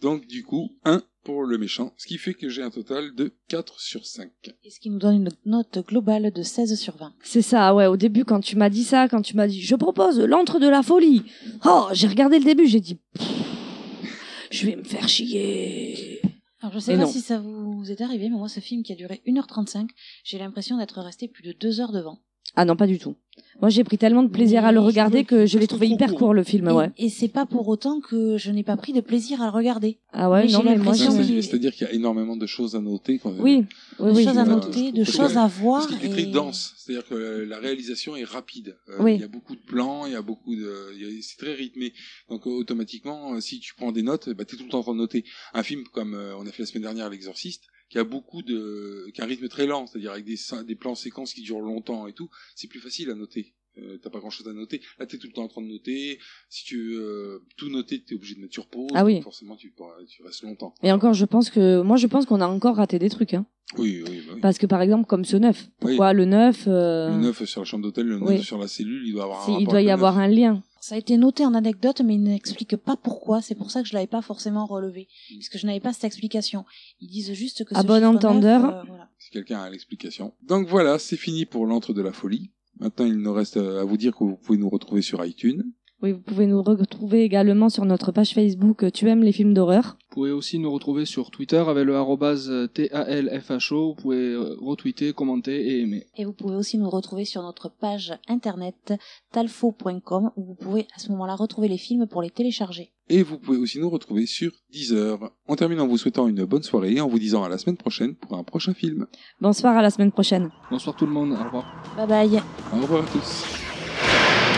Donc du coup, 1 pour le méchant, ce qui fait que j'ai un total de 4 sur 5. Et ce qui nous donne une note globale de 16 sur 20. C'est ça, ouais. Au début, quand tu m'as dit ça, quand tu m'as dit je propose l'antre de la folie. Oh, j'ai regardé le début, j'ai dit Pff, je vais me faire chier. Alors, je sais Mais pas non. si ça vous est arrivé, mais moi, ce film qui a duré 1h35, j'ai l'impression d'être resté plus de 2 heures devant. Ah non, pas du tout. Moi, j'ai pris tellement de plaisir à le regarder que je l'ai trouvé hyper court le film, Et- Bah ouais. Et c'est pas pour autant que je n'ai pas pris de plaisir à le regarder. Ah ouais, non, j'ai mais moi, je- l'impression qu'il- C'est-à-dire qu'il y a énormément de choses à noter. Quand même. Oui, oui, de oui. choses à Voilà. noter, de Parce choses que- à voir. Parce qu'il est très dense, c'est-à-dire que euh, la réalisation est rapide. Euh, Oui. Il y a beaucoup de plans, il y a beaucoup de, il y a- c'est très rythmé. Donc euh, automatiquement, euh, si tu prends des notes, bah, t'es tout le temps en train de noter. Un film comme euh, on a fait la semaine dernière, L'Exorciste, qui a beaucoup de, qui a un rythme très lent, c'est-à-dire avec des, scè- des plans séquences qui durent longtemps et tout, c'est plus facile à noter. Euh, t'as pas grand chose à noter. Là, t'es tout le temps en train de noter. Si tu veux euh, tout noter, t'es obligé de mettre sur pause. Ah oui. Donc, Forcément, tu, tu restes longtemps. Et encore, je pense que moi, je pense qu'on a encore raté des trucs, hein. Oui, oui, bah oui. Parce que par exemple, comme ce neuf. Pourquoi le neuf euh, Le neuf bah, sur la chambre d'hôtel, le neuf oui. sur la cellule, il doit avoir un c'est- rapport Il doit avec y le avoir un lien. Ça a été noté en anecdote, mais il n'explique pas pourquoi. C'est pour ça que je l'avais pas forcément relevé, puisque je n'avais pas cette explication. Ils disent juste que À ce bon chiffre neuf, entendeur. euh, voilà. si quelqu'un a l'explication. Donc voilà, c'est fini pour l'antre de la folie. Maintenant, il nous reste euh, à vous dire que vous pouvez nous retrouver sur iTunes. Oui, vous pouvez nous retrouver également sur notre page Facebook. euh, Tu aimes les films d'horreur. Vous pouvez aussi nous retrouver sur Twitter avec le arrobase euh, TALFHO. Vous pouvez euh, retweeter, commenter et aimer. Et vous pouvez aussi nous retrouver sur notre page internet talfo.com où vous pouvez à ce moment-là retrouver les films pour les télécharger. Et vous pouvez aussi nous retrouver sur Deezer. On termine en vous souhaitant une bonne soirée et en vous disant à la semaine prochaine pour un prochain film. Bonsoir, à la semaine prochaine. Bonsoir tout le monde, au revoir. Bye bye. Au revoir à tous.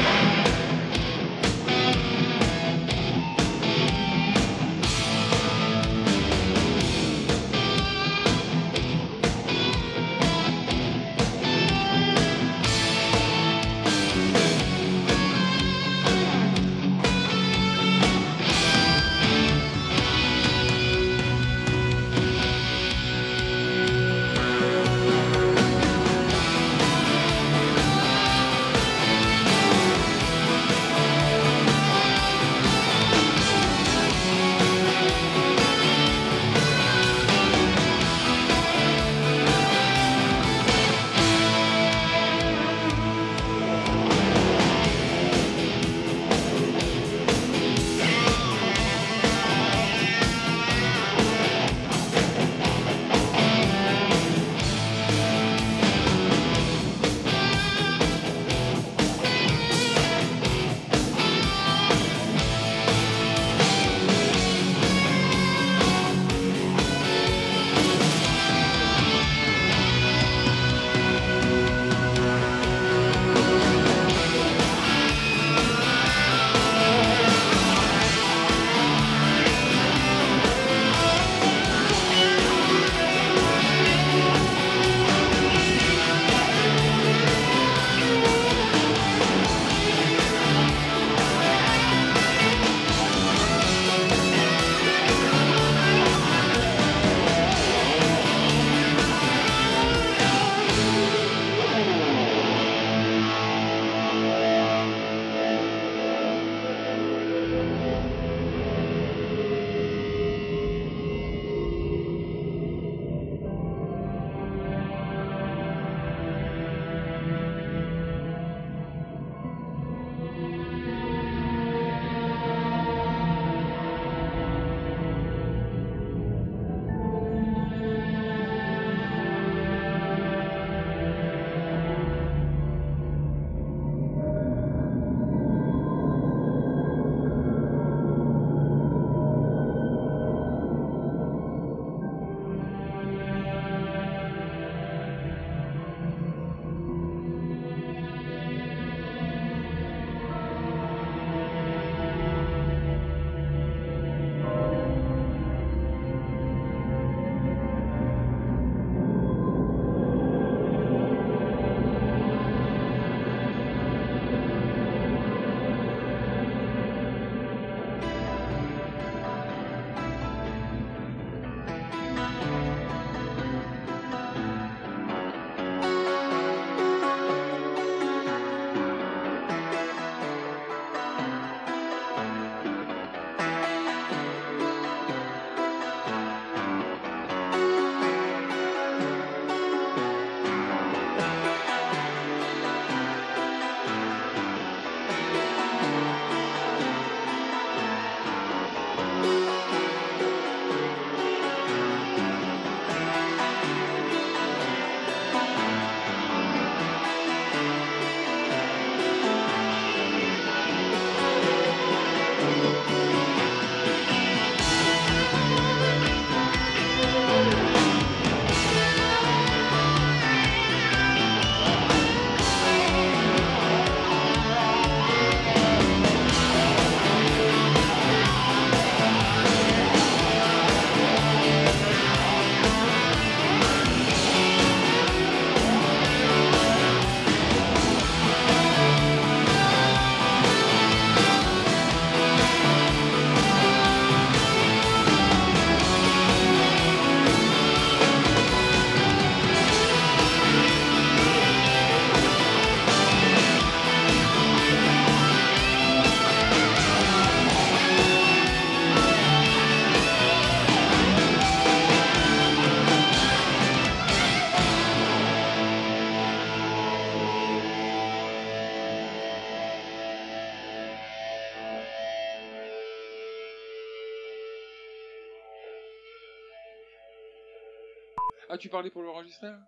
Ah, tu parlais pour l'enregistrer là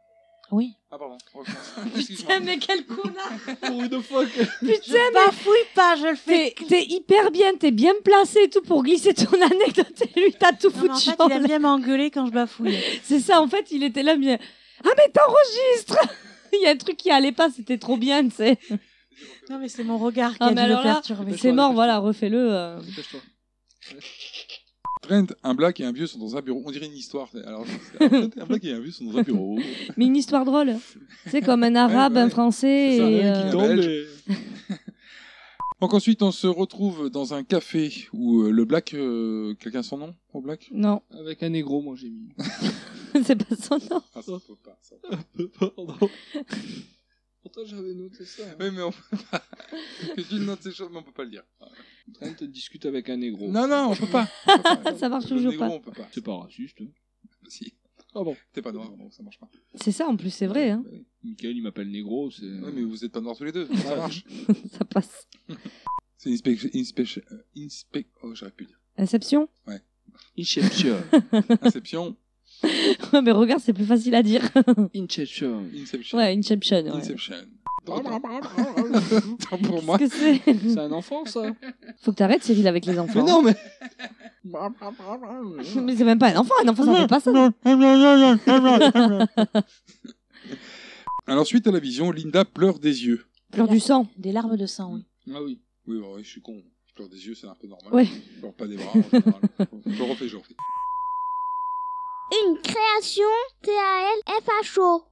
Oui. Ah, pardon. Putain, mais quel connard Pour une fois que. Putain, bafouille pas, je le fais. T'es t'es hyper bien, t'es bien placé et tout pour glisser ton anecdote et lui t'as tout foutu. mais en fait, il aime bien m'engueuler quand je bafouille. C'est ça, en fait, il était là bien. Ah mais t'enregistres Il y a un truc qui allait pas, c'était trop bien, tu sais. Non, mais c'est mon regard qui Ah, a mais dû le alors là, perturber. c'est mort, voilà, refais-le. euh. Trent, un black et un vieux sont dans un bureau. On dirait une histoire. c'est- Alors, c'est- alors, Trent, un black et un vieux sont dans un bureau. Mais une histoire drôle. C'est comme un arabe, Ouais, ouais. un français. C'est ça, et, qui euh, tombe Donc ensuite, on se retrouve dans un café où euh, le black... euh, Quelqu'un a son nom au black Non, Avec un négro, moi j'ai mis. c'est pas son nom. Ah, ça peut pas. Ça peut Pardon. Pourtant j'avais noté ça. hein. Oui, mais on peut pas. Que tu notes ces choses, mais on peut pas le dire. Trent discute avec un négro. Non, non, on peut pas. ça marche Le toujours négro, pas. on peut pas. C'est pas raciste. hein. Si. Ah bon. T'es pas noir, donc ça marche pas. C'est ça, en plus, c'est vrai. Hein. Michael, il m'appelle négro, c'est. Ouais, mais vous êtes pas noirs tous les deux. Ça marche. ça passe. C'est une spec... Une spec... euh, une spec- Oh, j'aurais pu dire. Inception Inception. Inception. Ouais, mais regarde, c'est plus facile à dire. Inception. Inception. ouais, Inception. ouais. Inception. Attends, pour moi. Qu'est-ce que c'est C'est un enfant ça. Faut que t'arrêtes, Cyril, avec les enfants. non, mais. Mais c'est même pas un enfant, un enfant, ça fait pas ça. Alors, suite à la vision, Linda pleure des yeux. Pleure du sang. Des larmes de sang, oui. Ah oui. Oui, bah ouais, je suis con. Je pleure des yeux, c'est un peu normal. Ouais. Je pleure pas des bras en général. Je le refais, je le refais. Une création T-A-L-F-H-O.